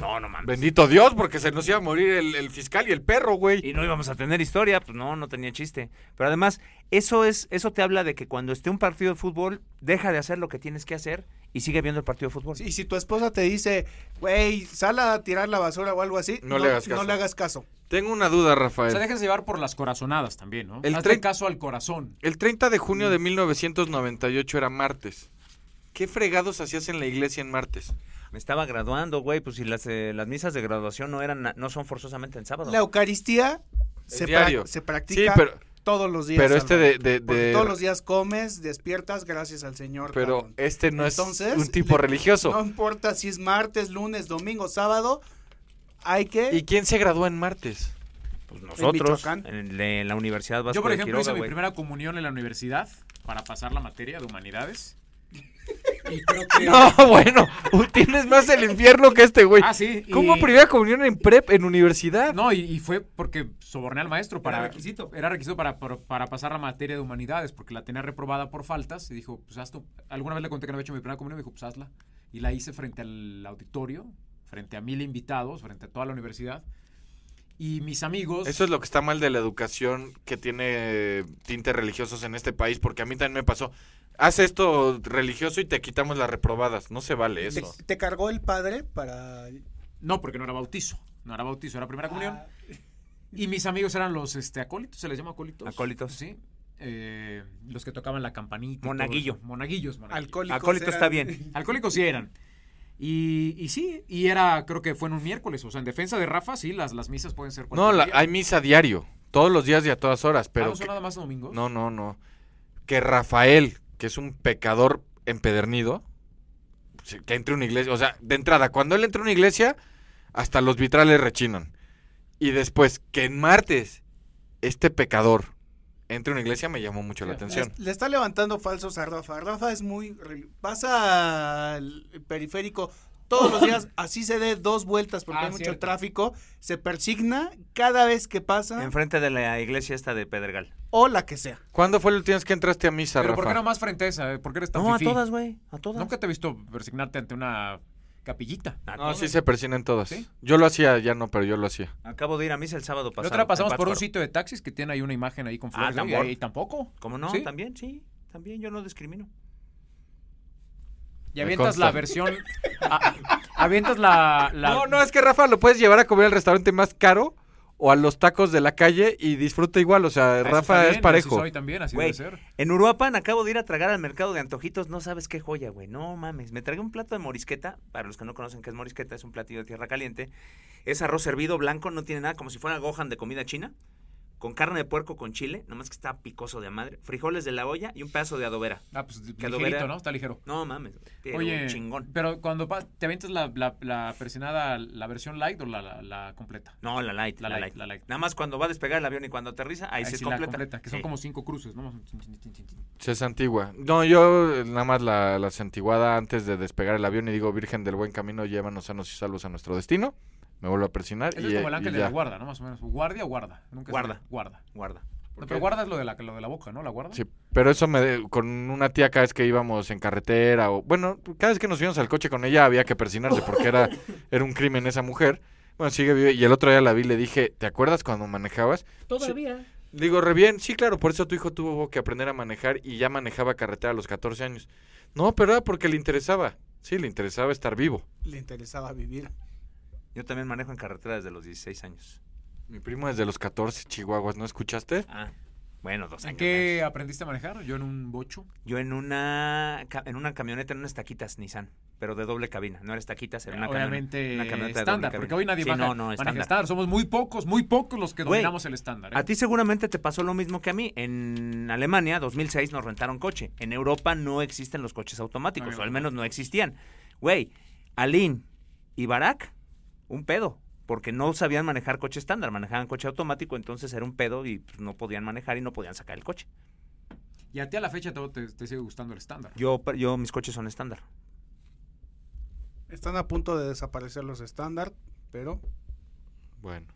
S3: No, no mames.
S4: bendito Dios, porque se nos iba a morir el, el fiscal y el perro, güey.
S3: Y no íbamos a tener historia, pues no, no tenía chiste. Pero además, eso es, eso te habla de que cuando esté un partido de fútbol, deja de hacer lo que tienes que hacer y sigue viendo el partido de fútbol.
S10: Sí, si tu esposa te dice, güey, sal a tirar la basura o algo así,
S4: No le hagas caso.
S10: No le hagas caso.
S4: Tengo una duda,
S5: O
S4: Rafael.
S5: sea, déjense llevar por las corazonadas también, ¿no?
S4: Pues, El
S5: El
S4: trein-
S5: caso al corazón.
S4: El 30 de junio
S10: Mm.
S4: de 1998 era martes. ¿Qué fregados hacías en la iglesia en martes?
S3: Me estaba graduando, güey, pues si las, eh, las misas de graduación no eran, no son forzosamente el sábado.
S10: La Eucaristía
S4: Es
S10: se,
S4: diario.
S10: pra- se practica
S4: Sí, pero-
S10: todos los días.
S4: Pero este
S10: Álvaro.
S4: de... de-
S10: Porque
S4: de-
S10: todos los días comes, despiertas, gracias al Señor.
S4: pero
S10: cabrón.
S4: este no
S10: Entonces,
S4: es un tipo
S10: le-
S4: religioso.
S10: No importa si es martes, lunes, domingo, sábado, hay que...
S4: ¿Y quién se graduó en martes?
S3: Pues nosotros,
S10: Michoacán?
S3: en, el de la Universidad Vasco
S5: Yo, por
S3: de
S5: ejemplo, hice
S3: Quiroga,
S5: mi
S3: güey.
S5: primera comunión en la universidad para pasar la materia de humanidades. Y creo que...
S4: No, bueno, tienes más el infierno que este güey.
S5: Ah, sí. y-
S4: ¿Cómo primera comunión en prep, en universidad?
S5: No, y, y fue porque soborné al maestro para...
S6: requisito.
S5: Era requisito para, para, para pasar la materia de humanidades, porque la tenía reprobada por faltas. Y dijo, pues haz tu... Alguna vez le conté que no había hecho mi primera comunión, me dijo, pues hazla. Y la hice frente al auditorio, frente a mil invitados, frente a toda la universidad. Y mis amigos...
S4: Eso es lo que está mal de la educación que tiene eh, tintes religiosos en este país, porque a mí también me pasó. Haz esto religioso y te quitamos las reprobadas. No se vale
S10: te,
S4: eso.
S10: te cargó el padre para...
S5: No, porque no era bautizo. No era bautizo, era primera comunión. Y mis amigos eran los este, acólitos, se les llama acólitos.
S3: Acólitos.
S5: Sí. Eh, los que tocaban la campanita. y todo
S3: Monaguillo.
S5: eso. Monaguillos, monaguillos.
S10: Alcohólicos
S3: Acólito está
S10: eran-
S3: bien.
S5: Alcohólicos sí eran. Y, y sí, y era, creo que fue en un miércoles. O sea, en defensa de Rafa, sí, las, las misas pueden ser
S4: No,
S5: cualquier
S4: la-
S5: día.
S4: hay misa diario, todos los días y a todas horas,
S5: Ah,
S4: pero...
S5: ¿No son
S4: que-
S5: nada más domingos?
S4: no, no, no. Que Rafael, que es un pecador empedernido, sí, que entre a una iglesia, o sea, de entrada, cuando él entra a una iglesia, hasta los vitrales rechinan. Y después, que en martes este pecador entre a una iglesia me llamó mucho la
S5: Sí,
S4: atención.
S10: Le, le está levantando falsos a Rafa. Rafa es muy... rel- Pasa al periférico todos los días, así se dé dos vueltas porque
S5: Ah,
S10: hay mucho
S5: cierto.
S10: tráfico, se persigna cada vez que pasa
S3: Enfrente de la iglesia esta de Pedregal.
S10: o la que sea.
S4: ¿Cuándo fue el último vez que entraste a misa,
S5: Pero ¿por
S4: Rafa?
S5: qué no más frente a esa? eh? ¿Por qué eres tan
S3: No, a
S5: fifí?
S3: todas, güey, a todas. Ah,
S5: Nunca te he visto persignarte ante una capillita.
S3: A
S4: No,
S3: todas.
S4: sí se persiguen todas.
S5: ¿Sí?
S4: Yo lo hacía, ya no, pero yo lo hacía.
S3: Acabo de ir a misa el sábado
S5: La
S3: pasado.
S5: otra pasamos
S3: en
S5: por un
S3: Pátzcuaro.
S5: sitio de taxis que tiene ahí una imagen ahí con
S3: Ah,
S5: flores. y
S3: tambor.
S5: ahí tampoco.
S3: ¿Cómo no?
S5: ¿Sí?
S3: También, sí, también yo no discrimino.
S5: Y
S4: Me
S5: avientas
S4: consta.
S5: la versión. a- avientas la. la-
S4: No, no, es que Rafa lo puedes llevar a comer al restaurante más caro o a los tacos de la calle y disfruta igual. O sea,
S5: Ah, eso
S4: Rafa
S5: está bien,
S4: es
S5: Así
S4: parejo.
S5: soy también, así
S3: Güey,
S5: debe ser.
S3: en Uruapan acabo de ir a tragar al mercado de antojitos, no sabes qué joya, güey. No mames, me tragué un plato de morisqueta, para los que no conocen qué es morisqueta, es un platillo de tierra caliente. Es arroz hervido blanco, no tiene nada, como si fuera gohan de comida china, con carne de puerco con chile, nomás que está picoso de madre, frijoles de la olla y un pedazo de adobera.
S5: Ah, pues
S3: lo
S5: ligerito,
S3: verá.
S5: ¿no? Está ligero.
S3: No mames, güey, pero
S5: Oye,
S3: chingón.
S5: pero cuando pa- te avientas la, la, la persinada, la versión light o la, la, la completa.
S3: No, la light,
S5: La
S3: la,
S5: light,
S3: light,
S5: la light.
S3: Nada más cuando va a despegar el avión y cuando aterriza, ahí, se
S5: sí,
S3: completa.
S5: la completa, que son
S3: Sí.
S5: como cinco cruces, ¿no?
S4: Se es antigua. No, yo eh, nada más la, la santiguada antes de despegar el avión y digo, Virgen del buen camino, llévanos sanos y salvos a nuestro destino. Me vuelvo a persinar
S5: Eso
S4: y, eh,
S5: es como el
S4: y
S5: ángel de
S4: ya.
S5: la guarda, ¿no? Más o menos. ¿Guardia o guarda? Nunca sé.
S3: Guarda.
S5: Guarda.
S3: Guarda.
S5: No, pero guarda es lo de, la, lo de la boca, ¿no? ¿La guarda?
S4: Sí, pero eso me de- con una tía cada vez que íbamos en carretera o bueno, cada vez que nos íbamos al coche con ella había que persinarse porque era era un crimen esa mujer. Bueno, sigue viva y el otro día la vi le dije, "¿Te acuerdas cuando manejabas?" Todavía. Digo, "Re bien, sí, claro, por eso tu hijo tuvo que aprender a manejar y ya manejaba carretera a los 14 años." No, pero era porque le interesaba. Sí, le interesaba estar vivo.
S10: Le interesaba vivir.
S3: Yo también manejo en carretera desde los 16 años.
S4: Mi primo es de los 14 chihuahuas, ¿no escuchaste?
S3: Ah, bueno, dos
S5: ¿En
S3: años.
S5: qué aprendiste a manejar? Yo en un bocho.
S3: más. Yo en una ca- en una camioneta, en unas taquitas Nissan, pero de doble cabina. No era taquitas, era una camioneta.
S5: Obviamente
S3: una camioneta de doble
S5: estándar,
S3: cabina.
S5: porque hoy nadie
S3: Sí,
S5: maneja,
S3: no, no,
S5: maneja
S3: estándar.
S5: estándar. Somos muy pocos, muy pocos los que
S3: Güey,
S5: dominamos el estándar. ¿eh?
S3: A ti seguramente te pasó lo mismo que a mí. En Alemania, 2006, nos rentaron coche. En Europa no existen los coches automáticos,
S5: No,
S3: o al menos no existían. Güey, Alin y Barak, un pedo. Porque no sabían manejar coche estándar, manejaban coche automático, entonces era un pedo y pues, no podían manejar y no podían sacar el coche.
S5: Y a ti a la fecha todo te, te sigue gustando el estándar.
S3: Yo, yo mis coches son estándar.
S10: Están a punto de desaparecer los estándar, pero
S4: Bueno,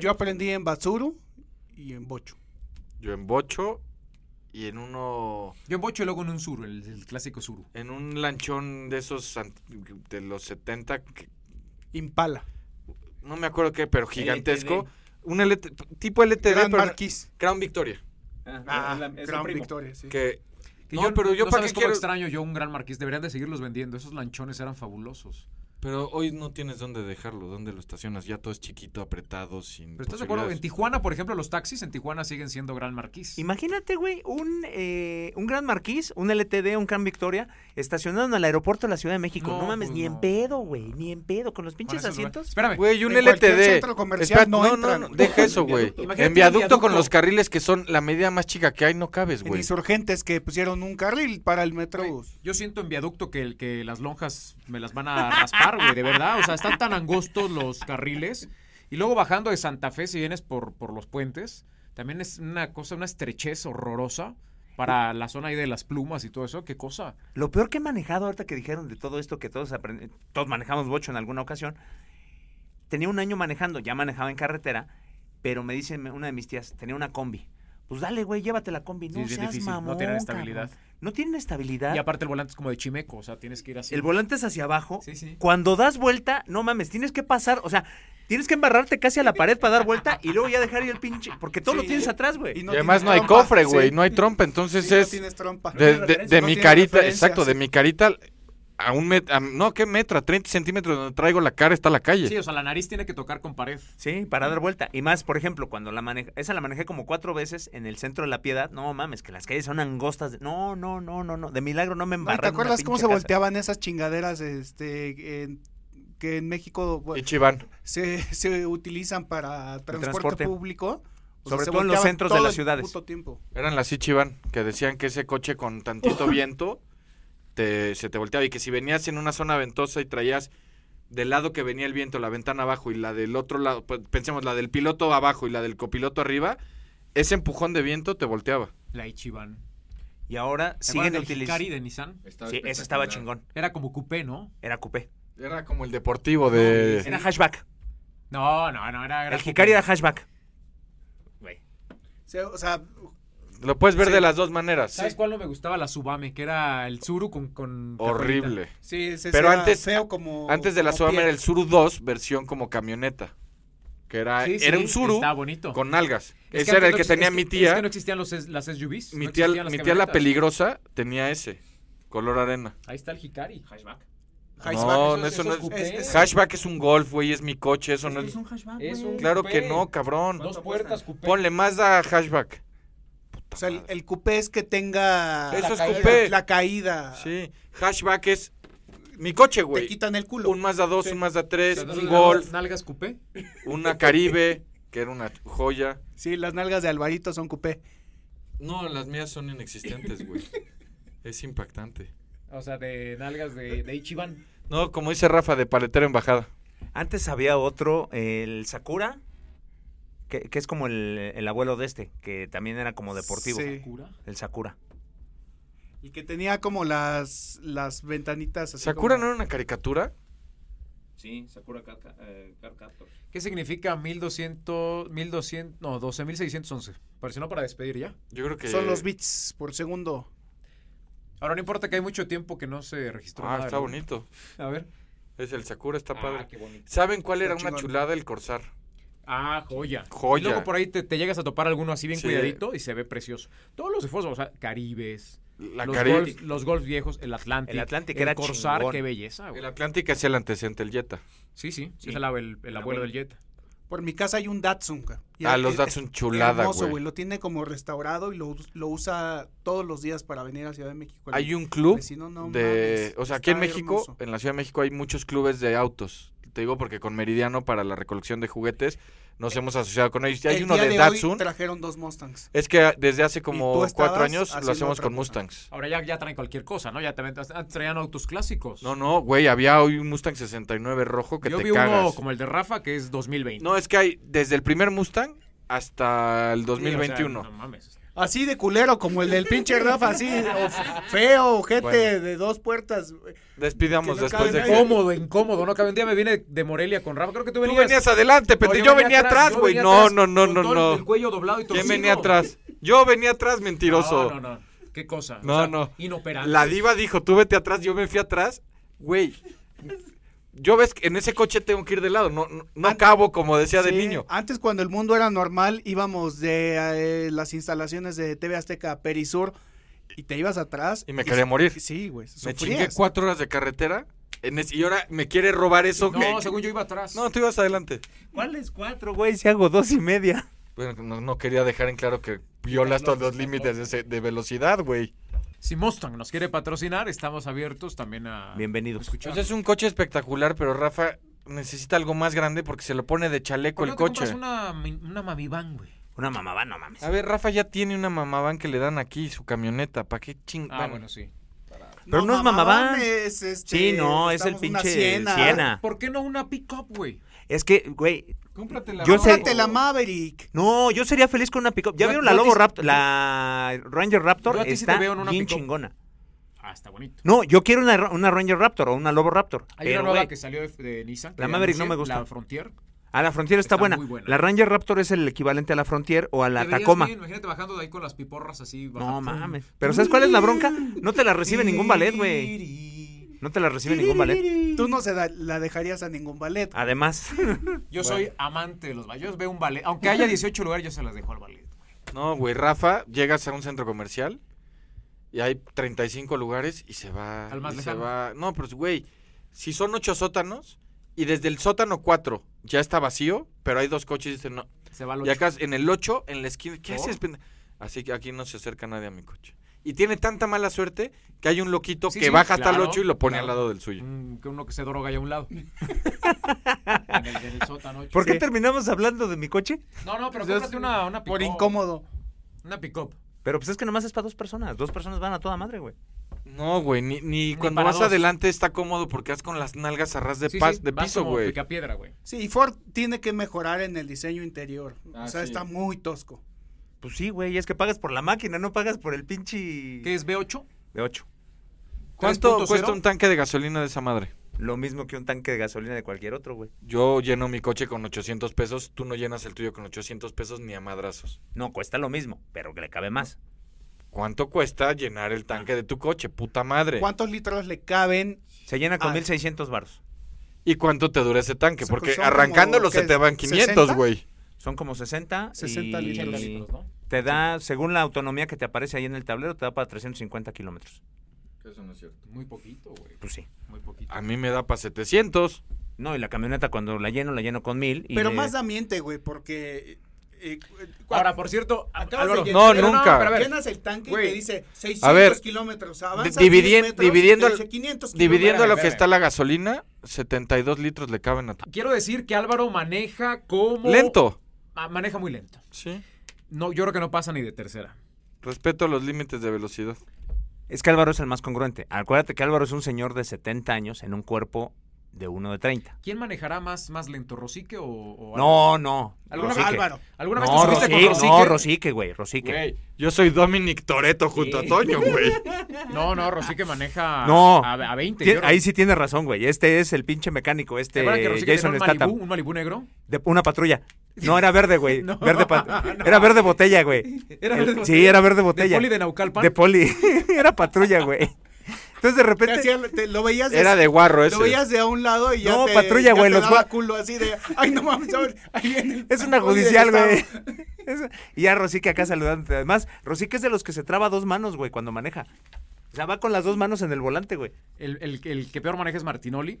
S10: yo aprendí en Batsuru y en Bocho.
S4: yo en bocho y en uno...
S5: Yo en bocho y luego en un suru, el, el clásico suru.
S4: En un lanchón de esos ant- de los 70, que-
S10: Impala.
S4: no me acuerdo qué, pero gigantesco.
S3: LTD.
S4: Un LT tipo LTD,
S10: Gran
S4: pero-
S10: Marquis.
S4: Crown Victoria.
S10: Ah, Crown Victoria, sí.
S4: Que
S5: Que
S4: No,
S5: yo,
S4: pero yo
S5: no
S4: para
S5: sabes
S4: qué
S5: cómo
S4: quiero-
S5: extraño yo un gran marqués. Deberían de seguirlos vendiendo. Esos lanchones eran fabulosos.
S4: Pero hoy no tienes dónde dejarlo, dónde lo estacionas. Ya todo es chiquito, apretado, sin.
S5: Pero estás de acuerdo, en Tijuana, por ejemplo, los taxis en Tijuana siguen siendo gran marqués.
S3: Imagínate, güey, un, eh, un Gran Marquis, un LTD, un Gran Victoria, estacionado en el aeropuerto de la Ciudad de México.
S5: No,
S3: No, mames,
S5: pues
S3: ni
S5: no.
S3: en pedo, güey, ni en pedo, con los
S5: Con
S3: pinches
S5: esos lugares.
S3: asientos.
S5: Espérame.
S4: Güey, un
S10: En cualquier
S4: LTD.
S10: centro comercial
S4: Espérate,
S10: no
S4: no,
S10: entran,
S4: no,
S10: güey.
S4: deja eso, güey.
S5: Imagínate
S4: En
S5: un
S4: viaducto con
S5: viaducto.
S4: los carriles que son la medida más chica que hay, no cabes,
S10: En
S4: güey.
S10: insurgentes que pusieron un carril para el metrobús.
S5: Yo siento en viaducto que, el- que las lonjas me las van a raspar, güey, de verdad. O sea, están tan angostos los carriles. Y luego bajando de Santa Fe, si vienes por, por los puentes, también es una cosa, una estrechez horrorosa para la zona ahí de las plumas y todo eso. ¿Qué cosa?
S3: Lo peor que he manejado ahorita que dijeron de todo esto, que todos aprend- todos manejamos bocho en alguna ocasión. Tenía un año manejando, ya manejaba en carretera, pero me dice me- una de mis tías, tenía una combi. Pues dale, güey, llévate la combi. No
S5: Sí, es bien
S3: seas
S5: difícil, no
S3: mamón,
S5: tienen estabilidad.
S3: cabrón. No tienen estabilidad.
S5: Y aparte el volante es como de chimeco, o sea, tienes que ir así.
S3: El volante es hacia abajo.
S5: Sí, sí.
S3: Cuando das vuelta, no mames, tienes que pasar, o sea, tienes que embarrarte casi a la pared para dar vuelta y luego ya dejar ir el pinche, porque todo lo tienes atrás, güey.
S4: y además no hay
S10: tienes trompa,
S4: cofre, güey.
S10: sí.
S4: No hay trompa. Entonces
S10: Sí, no
S4: es.
S10: tienes trompa.
S4: de de- de
S10: No
S4: mi
S10: tienes
S4: carita,
S10: referencias.
S4: exacto, de mi carita a un metro. No, ¿qué metro? A 30 centímetros donde traigo la cara está la calle.
S5: Sí, o sea, la nariz tiene que tocar con pared.
S3: Sí, para dar vuelta. Y más, por ejemplo, cuando la manejé, esa la manejé como cuatro veces en el centro de la piedad. No mames, que las calles son angostas. de- No, no, no, no, no. De milagro no me
S10: Ay,
S3: embarré.
S10: ¿Te
S3: en una
S10: acuerdas cómo
S3: pinche
S10: se
S3: casa.
S10: volteaban esas chingaderas este, en- que en México bueno,
S4: Y Chiván.
S10: se, se utilizan para transporte,
S3: transporte.
S10: público? O
S3: Sobre
S10: se
S3: todo en los
S10: volteaban
S3: centros de
S10: todo
S3: las
S10: el
S3: ciudades.
S10: puto tiempo.
S4: Eran las Ichiban, que decían que ese coche con tantito viento te, se te volteaba y que si venías en una zona ventosa y traías del lado que venía el viento la ventana abajo y la del otro lado, pues, pensemos, la del piloto abajo y la del copiloto arriba, ese empujón de viento te volteaba.
S5: La Ichiban.
S3: Y ahora
S5: ¿Te
S3: siguen
S5: acuerdas del Hikari
S3: utilizando.
S5: de Nissan?
S3: Sí, ese estaba chingón.
S5: Era como coupé, ¿no?
S3: Era coupé.
S4: Era como el deportivo de...
S3: Era hatchback.
S5: No, no, no, era... era
S3: El
S5: coupé.
S3: Hikari era hatchback. Güey.
S10: Se- o sea,
S4: Lo puedes ver de las dos maneras.
S5: ¿Sabes cuál no me gustaba? La Subame, que era el Zuru con... con
S4: Horrible.
S10: sí, ese
S4: Pero
S10: era
S4: antes-
S10: feo como
S4: Antes de la
S10: como
S4: Suam
S10: piel.
S4: era el Suru 2, versión como camioneta. Que era,
S5: Sí, sí,
S4: Ah, era un Suru
S5: estaba bonito.
S4: con algas.
S5: Es
S4: ese era
S5: antes
S4: el
S5: no
S4: que
S5: exist-
S4: tenía
S5: es
S4: mi
S5: que-
S4: tía.
S5: Es que no existían los, es- las SUVs.
S4: Mi
S5: no
S4: tía,
S5: existían las
S4: mi tía la
S5: camionetas.
S4: peligrosa tenía ese, color arena.
S5: Ahí está el Hikari.
S10: Hatchback,
S4: no,
S10: eso
S4: no,
S10: es-
S4: eso no
S5: eso
S4: es.
S5: es coupé.
S4: es- Hatchback es un golf, güey, es mi coche, eso no es.
S5: Es un
S4: Claro
S5: coupé.
S4: que no, cabrón.
S5: Ah, Dos puertas coupé.
S4: Ponle más a hatchback.
S10: O sea, el, el coupé es que tenga
S4: Eso es
S10: la,
S4: coupé.
S10: caída, la
S5: Ah.
S10: caída.
S4: Sí, hatchback es mi coche,
S10: Te
S4: güey.
S10: quitan el culo.
S4: Un Mazda 2, un Mazda 3, un
S5: Entonces,
S4: golf,
S5: Nalgas coupé.
S4: una Caribe, que era una joya.
S10: Sí, las nalgas de Alvarito son coupé.
S4: No, las mías son inexistentes, güey. Es impactante.
S5: O sea, de nalgas de, de Ichiban.
S4: No, como dice Rafa, de paletero en bajada.
S3: Antes había otro, el Sakura, que, que es como el, el abuelo de este, que también era como deportivo.
S10: Sí.
S5: Cura.
S3: El Sakura.
S10: El que tenía como las, las ventanitas así.
S4: ¿Sakura no
S10: como-
S4: era una caricatura?
S6: Sí, Sakura Car, Ca- eh, Car Captor.
S5: ¿Qué significa 1200, 1200, no, 12611? Pareció no para despedir ya.
S4: Yo creo que.
S10: Son los bits por segundo.
S5: Ahora no importa que hay mucho tiempo que no se registró.
S4: Ah,
S5: nada,
S4: está
S5: ¿no?
S4: bonito.
S5: A ver.
S4: Es el Sakura, está
S5: Ah,
S4: padre.
S5: qué bonito.
S4: ¿Saben cuál era
S10: Está
S4: una
S10: chingón.
S4: chulada el Corsar?
S5: Ah, joya.
S4: Joya.
S5: Y luego por ahí te, te llegas a topar alguno así bien
S4: Sí.
S5: cuidadito y se ve precioso. Todos los esfuerzos, o sea, Caribes,
S4: La
S5: los,
S4: Caribe.
S5: golf, los golf viejos, el Atlantic.
S3: El Atlantic
S5: el
S3: era
S5: Corsar,
S3: chingón.
S5: qué belleza, güey.
S4: El Atlántico es el antecedente, el Jetta.
S5: Sí, sí, es el, ab- el- el abuelo del Jet.
S10: Por mi casa hay un Datsun. ca. Y
S4: Ah,
S10: el-
S4: los
S10: el-
S4: Datsun
S10: es
S4: chulada,
S10: hermoso,
S4: güey.
S10: güey. Lo tiene como restaurado y lo, lo usa todos los días para venir a Ciudad de México. El
S4: Hay un club
S10: vecino, no
S4: de...
S10: mames,
S4: O sea, aquí en
S10: está
S4: México,
S10: hermoso.
S4: en la Ciudad de México hay muchos clubes de autos. Te digo porque con Meridiano para la recolección de juguetes nos hemos asociado con ellos. Y hay
S10: Eh, El
S4: uno
S10: día
S4: de,
S10: hoy
S4: Datsun.
S10: trajeron dos Mustangs.
S4: Es que ah, desde hace
S10: Y tú
S4: como
S10: estabas
S4: cuatro años lo
S10: haciendo
S4: hacemos
S10: otra
S4: con
S10: cosa.
S4: Mustangs.
S5: Ahora ya, ya traen cualquier cosa, ¿no? Ya te ven- antes traían autos clásicos.
S4: No, no, güey, había hoy un Mustang 69 rojo que
S5: Yo
S4: te
S5: vi
S4: cagas.
S5: uno como el de Rafa que es 2020.
S4: No, es que hay desde el primer Mustang hasta el
S5: Sí, o sea,
S4: 2021.
S5: no mames.
S10: Así de culero, como el del pinche Rafa, así. o f- feo, ojete
S4: Bueno.
S10: de dos puertas. güey. Que
S4: Despidamos
S10: no
S4: después
S10: cabe
S4: de
S10: nadie.
S4: que...
S5: Incómodo, incómodo, ¿no? Que un día me vine de Morelia con Rafa. Creo que tú
S4: Tú
S5: venías.
S4: venías adelante,
S5: No,
S4: pendejo. yo, venía atrás,
S5: yo
S4: güey.
S5: venía
S4: No,
S5: atrás
S4: no, no,
S5: con
S4: no,
S5: todo El
S4: no.
S5: cuello doblado y
S4: ¿Quién
S5: torcido.
S4: venía atrás? Yo venía atrás, mentiroso.
S5: No, no, no. Qué cosa.
S4: No, no.
S5: Inoperante.
S4: La diva dijo, tú vete atrás, yo me fui atrás. Güey, yo ves que en ese coche tengo que ir de lado. No, no, no acabo como decía de
S10: Sí,
S4: niño.
S10: Antes, cuando el mundo era normal, íbamos de eh, las instalaciones de TV Azteca a Perisur y te ibas atrás.
S4: Y me quería morir.
S10: Sí, güey.
S4: Me
S10: sufrías.
S4: chingué cuatro horas de carretera en ese- y ahora me quiere robar eso.
S5: No,
S4: güey.
S5: según yo iba atrás.
S4: No, tú ibas adelante.
S3: ¿Cuáles cuatro, güey? Si hago dos y media.
S4: Bueno, no, no quería dejar en claro que violas todos los límites de, ese- de velocidad, güey.
S5: Si Mustang nos quiere patrocinar, estamos abiertos también a.
S3: Bienvenidos.
S5: escuchar.
S4: O sea, Pues es un coche espectacular, pero Rafa necesita algo más grande porque se lo pone de chaleco
S5: ¿Por
S4: el
S5: qué no te compras
S4: coche.
S5: una, mi- una Mami Van, güey.
S3: Una mamá va, no mames.
S5: Ah,
S4: A ver, Rafa ya tiene una mamaban que le dan aquí su camioneta. ¿Para qué ching?
S5: Ah, bueno, sí.
S3: Pero no es mamabán.
S10: es, este,
S3: Sí, no, es el
S10: estamos una
S3: pinche
S10: Siena.
S3: Siena.
S5: ¿Por qué no una pickup, güey?
S3: Es que, güey,
S5: Cómpratela.
S3: Yo sé-
S10: Cómprate la Maverick.
S3: no, yo sería feliz con una pickup. ¿Ya
S5: Yo-
S3: vieron la
S5: yo a ti
S3: Lobo
S5: sí-
S3: Raptor? La Ranger Raptor
S5: Yo a ti sí te
S3: está
S5: veo en una
S3: bien
S5: pickup.
S3: chingona.
S5: Ah, está bonito.
S3: No, yo quiero una, ra- una Ranger Raptor o una Lobo Raptor.
S5: Hay
S3: pero,
S5: una nueva
S3: güey,
S5: que salió de, de Nissan. que
S3: La
S5: ya
S3: Maverick no
S5: anuncié,
S3: me gusta.
S5: La Frontier.
S3: A la Frontier está,
S5: Está
S3: buena.
S5: muy buena.
S3: La Ranger Raptor es el equivalente a la Frontier o a la
S5: Te verías
S3: Tacoma.
S5: bien, Imagínate bajando de ahí con las piporras así.
S3: No mames. Pero ¿sabes cuál es la bronca? No te la recibe ningún ballet, güey.
S5: güey.
S3: No te la recibe ningún ballet.
S10: Tú no se da- la dejarías a ningún ballet.
S4: Ah,
S3: Además,
S5: Yo soy amante de los ballets. Yo veo un ballet. Aunque haya 18 lugares, yo se las dejo al ballet. güey.
S4: No, güey, Rafa, llegas a un centro comercial y hay 35 lugares y se va.
S5: Al más
S4: y se
S5: lejano.
S4: va. No, pero güey, si son ocho sótanos y desde el sótano 4 ya está vacío, pero hay dos coches y dicen no.
S5: Se va al
S4: Y
S5: ocho.
S4: acá en el 8, en la esquina, ¿qué
S5: ¿Por?
S4: haces, pende- Así que aquí no se acerca nadie a mi coche. Y tiene tanta mala suerte que hay un loquito
S5: Sí,
S4: que
S5: sí,
S4: baja hasta el
S5: claro,
S4: 8 y lo pone al
S5: claro. Mm.
S4: lado del suyo.
S5: Un- que uno que se droga ahí a un lado. en el, en el sótano. ocho.
S3: ¿por qué terminamos hablando de mi coche?
S5: No, no, pero cómprate una, una pick
S10: Por incómodo.
S5: Una pick-up.
S3: Pero pues es que nomás es para dos personas. Dos personas van a toda madre, güey.
S4: No, güey, ni, ni cuando
S5: para
S4: vas
S5: dos.
S4: adelante está cómodo porque vas con las nalgas a ras de, paz, de
S5: vas
S4: piso,
S5: como
S4: güey.
S5: picapiedra, güey.
S10: Sí, y Ford tiene que mejorar en el diseño interior.
S5: Ah,
S10: o sea,
S5: sí.
S10: está muy tosco.
S3: Pues sí, güey. Es que pagas por la máquina, no pagas por el pinche.
S5: ¿Qué es B8?
S3: De 8.
S4: ¿Cuánto
S5: 3.0?
S4: cuesta un tanque de gasolina de esa madre?
S3: Lo mismo que un tanque de gasolina de cualquier otro, güey.
S4: Yo lleno mi coche con 800 pesos, tú no llenas el tuyo con 800 pesos ni a madrazos.
S3: No, cuesta lo mismo, pero que le cabe más.
S4: ¿Cuánto cuesta llenar el tanque de tu coche, puta madre?
S10: ¿Cuántos litros le caben?
S3: Se llena con
S10: Ah.
S3: 1600 baros.
S4: ¿Y cuánto te dura ese tanque?
S10: O sea,
S4: Porque
S10: pues son como,
S4: arrancándolo se
S10: ¿qué?
S4: te van 500,
S10: ¿60?
S4: güey.
S3: Son como 60.
S10: 60
S3: y-
S10: litros.
S5: litros, ¿no?
S3: Te da, según la autonomía que te aparece ahí en el tablero, te da para 350 kilómetros.
S4: Eso no es cierto.
S5: Muy poquito, güey.
S3: Pues sí.
S5: Muy poquito.
S4: A mí me da para 700.
S3: No, y la camioneta cuando la lleno, la lleno con 1000. y
S10: Pero
S3: le-
S10: más da miente, güey, porque... eh, eh,
S5: Ahora, por cierto, a-
S10: Acabas
S5: Álvaro,
S10: de
S4: No,
S10: llenar-
S4: nunca.
S5: pero a ver.
S10: Llenas el tanque
S5: Güey.
S10: y te dice 600
S4: A ver,
S10: kilómetros.
S4: Di-
S10: Avanza 10
S4: dividi-
S10: metros y
S4: dividiendo,
S10: te dice 500
S4: dividiendo
S10: kilómetros.
S4: lo que está la gasolina, 72 litros le caben a tu...
S5: quiero decir que Álvaro maneja como...
S4: Lento.
S5: Ah, maneja muy lento.
S4: Sí.
S5: No, yo creo que no pasa ni de tercera.
S4: Respeto los límites de velocidad.
S3: Es que Álvaro es el más congruente. Acuérdate que Álvaro es un señor de 70 años en un cuerpo de uno de 30.
S5: ¿Quién manejará más, más lento, Rosique o, o
S3: No,
S5: Álvaro?
S3: no.
S5: ¿Alguna vez-
S3: Rosique.
S10: Álvaro.
S5: ¿Alguna vez te
S3: No,
S5: subiste
S3: Rosique,
S5: con Rosique?
S3: no, Rosique, güey, Rosique.
S4: yo soy Dominic Toreto junto a Toño, güey.
S5: No, no, Rosique maneja
S3: No.
S5: a, a 20.
S3: Tien-
S5: yo no-
S3: ahí sí tiene razón, güey. Este es el pinche mecánico,
S5: ¿Te
S3: este
S5: acuerdas que Rosique
S3: Jason
S5: tenía un
S3: Statham.
S5: Malibú, un Malibú negro?
S3: De una patrulla. No, era verde, güey.
S5: No.
S3: Verde pa-
S5: No.
S3: Era verde botella, güey.
S5: Era
S3: El-
S5: verde
S3: Sí,
S5: botella.
S3: era verde
S5: ¿De
S3: botella.
S5: Poli de Naucalpan?
S3: De poli. era patrulla, güey. Entonces
S10: Te
S3: de repente.
S10: hacía- te- lo veías de,
S4: Era de guarro ese.
S10: lo veías de a un lado y ya
S3: No,
S10: te,
S3: patrulla,
S10: ya
S3: güey,
S10: te
S3: los
S10: daba
S3: gua-
S10: culo así de ay no mames a ver, ahí viene el
S3: Es
S10: patrulla
S3: una
S10: del
S3: judicial, güey.
S10: Estado".
S3: Eso. Y ya Rosique acá saludándote. Además, Rosique es de los que se traba dos manos, güey, cuando maneja. O sea, va con las dos manos en el volante, güey.
S5: El, el- el que peor maneja es Martinoli.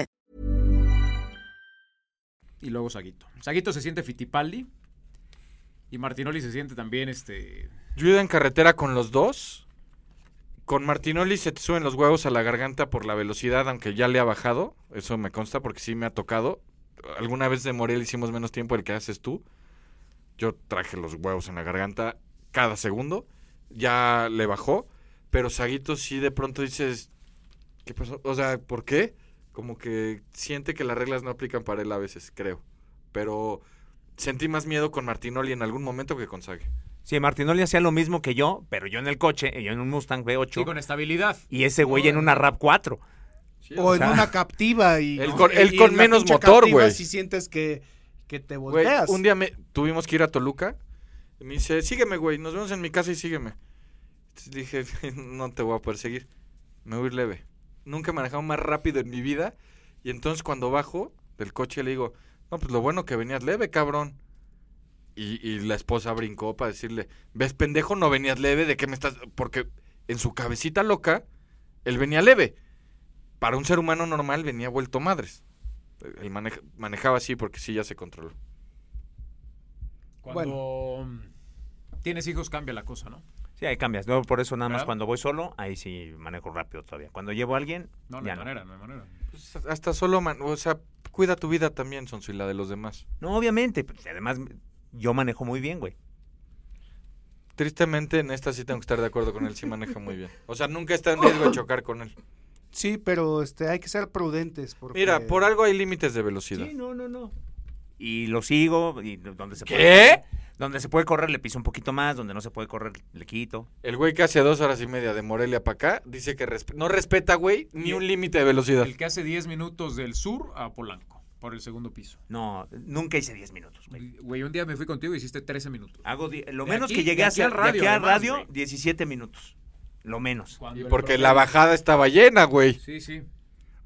S5: Y luego Saguito. Saguito se siente Fitipaldi. Y Martinoli se siente también este.
S4: Yo iba en carretera con los dos. Con Martinoli se te suben los huevos a la garganta por la velocidad, aunque ya le ha bajado. Eso me consta porque sí me ha tocado. Alguna vez de Morel hicimos menos tiempo del que haces tú. Yo traje los huevos en la garganta cada segundo. Ya le bajó. Pero Saguito sí de pronto dices, ¿qué pasó? O sea, ¿por qué? Como que siente que las reglas no aplican para él a veces, creo. Pero sentí más miedo con Martinoli en algún momento que con Sagui.
S3: Sí, Martinoli hacía lo mismo que yo, pero yo en el coche, y yo en un Mustang
S5: Sí,
S3: V8.
S5: con estabilidad.
S3: y ese güey en una RAP 4.
S10: o en
S3: sea,
S10: una captiva y
S4: el con-
S10: y-
S4: el
S10: y
S4: con
S10: en la
S4: menos
S10: pinche
S4: motor,
S10: captiva
S4: güey.
S10: si sientes que, que te
S4: Güey,
S10: volteas
S4: un día me, tuvimos que ir a Toluca. Y me dice, sígueme, güey, nos vemos en mi casa y sígueme. Entonces dije, no te voy a perseguir. Me voy a ir leve. Nunca he manejado más rápido en mi vida. Y entonces cuando bajo del coche le digo, no, pues lo bueno que venías leve, cabrón. Y, y la esposa brincó para decirle, ves, pendejo, no venías leve, ¿de qué me estás...? Porque en su cabecita loca, él venía leve. Para un ser humano normal venía vuelto madres. Él maneja- manejaba así porque sí ya se controló.
S5: Cuando mm, tienes hijos cambia la cosa, ¿no?
S3: Sí, ahí cambias. No, por eso nada más
S5: ¿Verdad?
S3: cuando voy solo, ahí sí manejo rápido todavía. Cuando llevo a alguien,
S5: No, no
S3: ya
S5: hay
S3: no.
S5: manera, no hay manera.
S4: Pues, Hasta solo, man- o sea, cuida tu vida también, Sonso, y la de los demás.
S3: No, obviamente. pues, Además, yo manejo muy bien, güey.
S4: Tristemente, en esta sí tengo que estar de acuerdo con él, sí maneja muy bien. O sea, nunca está en riesgo de chocar con él.
S10: sí pero este hay que ser prudentes porque
S4: Mira, por algo hay límites de velocidad.
S3: Sí, no, no, no. Y lo sigo, y donde se
S4: ¿Qué?
S3: puede. Donde se puede correr, le piso un poquito más. Donde no se puede correr, le quito.
S4: El güey que hace dos horas y media de Morelia para acá dice que resp- no respeta, güey, ni un límite de velocidad.
S5: El que hace 10 minutos del sur a Polanco, por el segundo piso.
S3: No, nunca hice 10 minutos, güey.
S5: Güey, un día me fui contigo y hiciste 13 minutos.
S3: Hago di- lo
S5: De
S3: menos
S5: aquí-
S3: que
S5: de
S3: llegué a
S5: aquí al
S3: hacer de
S5: radio,
S3: aquí a
S5: además,
S3: radio,
S5: güey.
S3: 17 minutos. Lo menos.
S5: Cuando
S4: Y
S5: el
S4: porque
S5: profe-
S4: la bajada estaba llena, güey.
S5: Sí, sí.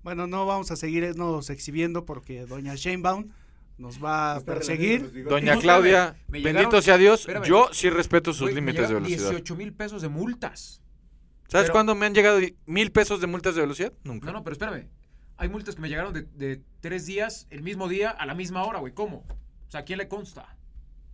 S10: bueno no vamos a seguirnos exhibiendo porque doña Shanebaum nos va a perseguir
S4: Doña Claudia,
S5: Me llegaron-
S4: bendito sea Dios,
S5: espérame.
S4: yo sí respeto sus
S5: Güey, me
S4: límites de
S5: llegaron
S4: velocidad.
S5: 18 mil pesos de multas.
S4: ¿Sabes
S5: pero-
S4: cuándo me han llegado di- mil pesos de multas de velocidad? Nunca.
S5: No, no, pero espérame. Hay multas que me llegaron de, de tres días, el mismo día, a la misma hora, güey. ¿Cómo? O sea, ¿a quién le consta?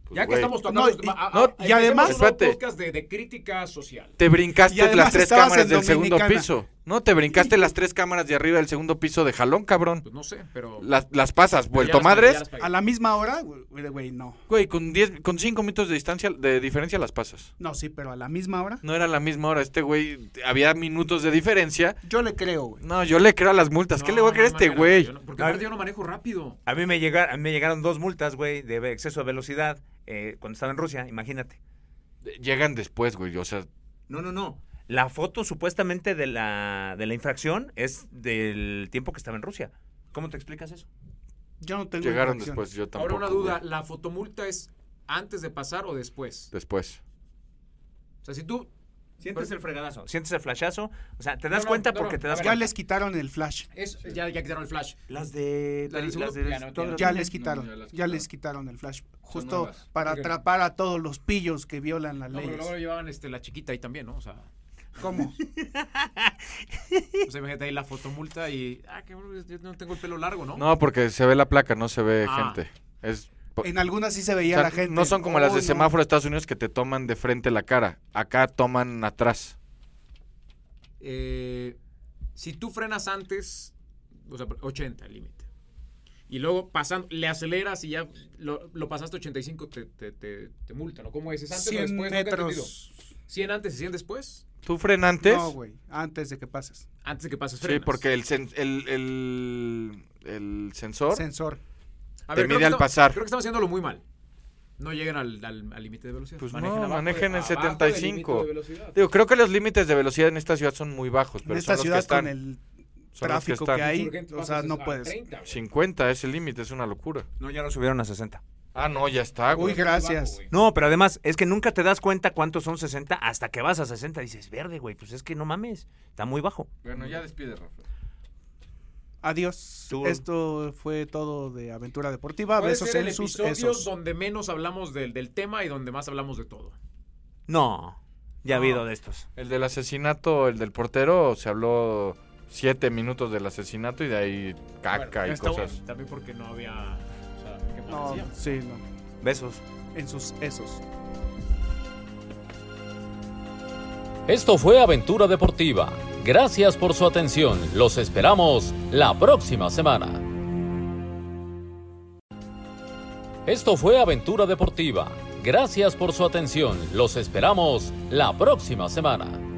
S4: Pues,
S5: ya que
S4: güey,
S5: estamos
S10: No,
S5: tocando...
S10: y-
S5: a- a-
S4: no, y
S5: empecemos
S4: además-
S5: un
S4: espérate.
S5: podcast de, de crítica social.
S4: Te brincaste
S10: Y además
S4: las tres
S10: estabas
S4: cámaras
S10: en
S4: del segundo
S10: Dominicana.
S4: piso. No, te brincaste las tres cámaras de arriba del segundo piso de jalón, cabrón.
S5: Pues no sé, pero...
S4: Las, las pasas,
S5: pero ya
S4: vuelto
S5: las pagué, ya
S4: madres.
S5: las pagué.
S10: a la misma hora güey güey, no
S4: Güey, con, diez, con cinco minutos de distancia, de diferencia las pasas.
S10: no sí pero a la misma hora
S4: No era la misma hora. Este güey, había minutos de diferencia.
S10: yo le creo güey
S4: No, yo le creo a las multas. ¿Qué
S5: No,
S4: le voy a
S5: no
S4: creer a
S5: hay
S4: este
S5: manera,
S4: güey?
S5: yo no- Porque aparte yo no manejo rápido.
S3: A mí me, llega- a mí me llegaron dos multas, güey, de ve- exceso de velocidad eh, cuando estaba en Rusia, imagínate.
S4: Llegan después, güey. O sea,
S3: No, no, no. La foto supuestamente de la, de la infracción es del tiempo que estaba en Rusia. ¿Cómo te explicas eso?
S10: yo no tengo
S4: llegaron
S10: infracción.
S4: después. Yo tampoco.
S5: Ahora una duda,
S4: güey.
S5: ¿la fotomulta es antes de pasar o después?
S4: Después.
S5: O sea, si tú...
S3: Sientes
S5: Pero-
S3: el fregadazo, sientes el flashazo. O sea, te das
S5: No, no,
S3: cuenta
S5: no,
S3: porque
S5: no,
S3: te
S5: a
S3: das
S5: ver,
S10: ya
S3: cuenta.
S10: les quitaron el flash
S5: Es, ya, ya quitaron el flash.
S3: Las de.
S5: La del
S3: las
S5: segundo
S3: de-
S5: ya no,
S3: todas
S10: Ya
S3: las-
S5: ya no.
S10: les
S5: No,
S10: quitaron,
S5: ya
S10: ya,
S5: las
S10: les quitaron el flash, justo
S5: nuevas.
S10: para
S5: Ok.
S10: atrapar a todos los pillos que violan las
S5: No, pero
S10: leyes.
S5: luego llevaban este, la chiquita ahí también, ¿no? O sea,
S10: ¿Cómo?
S5: o sea, imagínate ahí la fotomulta y... Ah, que yo no tengo el pelo largo, ¿no?
S4: No, porque se ve la placa, no se ve
S5: Ah.
S4: gente. Es. po-
S10: En algunas sí se
S4: o
S10: veía
S4: sea,
S10: la gente.
S4: no son como
S10: Oh,
S4: las de
S10: no.
S4: semáforo de Estados Unidos que te toman de frente la cara. Acá toman atrás.
S5: Eh, si tú frenas antes, o sea, 80 el límite, Y luego pasando, le aceleras y ya lo, lo pasaste 85, te, te, te, te multan. ¿O cómo es? ¿Es antes o
S10: 100
S5: después? Nunca he
S10: metros.
S5: entendido. ¿100 antes y 100 después?
S4: ¿Tú frenantes?
S10: No, güey, antes de que pases.
S5: Antes de que pases
S4: sí,
S5: frenas.
S4: porque el, sen- el, el, el sensor
S10: Sensor.
S5: A
S4: te
S5: creo
S4: mide
S5: que
S4: al
S5: estamos-
S4: pasar.
S5: Creo que estamos haciéndolo muy mal. No lleguen al al- al límite de velocidad.
S4: Pues
S3: Manejen
S4: no,
S3: abajo de-
S4: manejen en
S5: abajo del
S4: 75.
S5: límite de velocidad.
S4: Digo, creo que los límites de velocidad en esta ciudad son muy bajos, pero
S10: En esta
S4: son los
S10: ciudad
S4: que están
S10: con el
S4: son los que
S10: tráfico que,
S4: están.
S10: hay,
S5: Insurgentes
S10: o sea,
S5: pasas
S10: no
S5: a
S10: puedes.
S5: 30, güey.
S4: 50 es el límite, es una locura.
S3: No, ya lo subieron a 60.
S4: Ah, no, ya está,
S10: Uy,
S4: güey.
S10: gracias.
S3: No, pero además es que nunca te das cuenta cuántos son 60 hasta que vas a 60 dices, verde, güey, pues es que no mames, está muy bajo.
S4: Bueno, ya despide, Rafa.
S10: Adiós.
S3: Tú.
S10: Esto fue todo de Aventura Deportiva.
S5: Puede
S10: Besos
S5: ser el
S10: en sus
S5: episodio
S10: esos.
S5: donde menos hablamos del, del tema y donde más hablamos de todo.
S3: No, ya ha habido de estos.
S4: El del asesinato, el del portero, se habló siete minutos del asesinato y de ahí
S10: Ah,
S4: caca y
S5: Bueno, está
S4: cosas.
S5: bueno, También porque no había... o sea, ¿qué más
S10: No,
S5: decíamos?
S10: sí, no.
S3: Besos.
S10: En sus esos.
S9: Esto fue Aventura Deportiva. Gracias por su atención. Los esperamos la próxima semana. Esto fue Aventura Deportiva. Gracias por su atención. Los esperamos la próxima semana.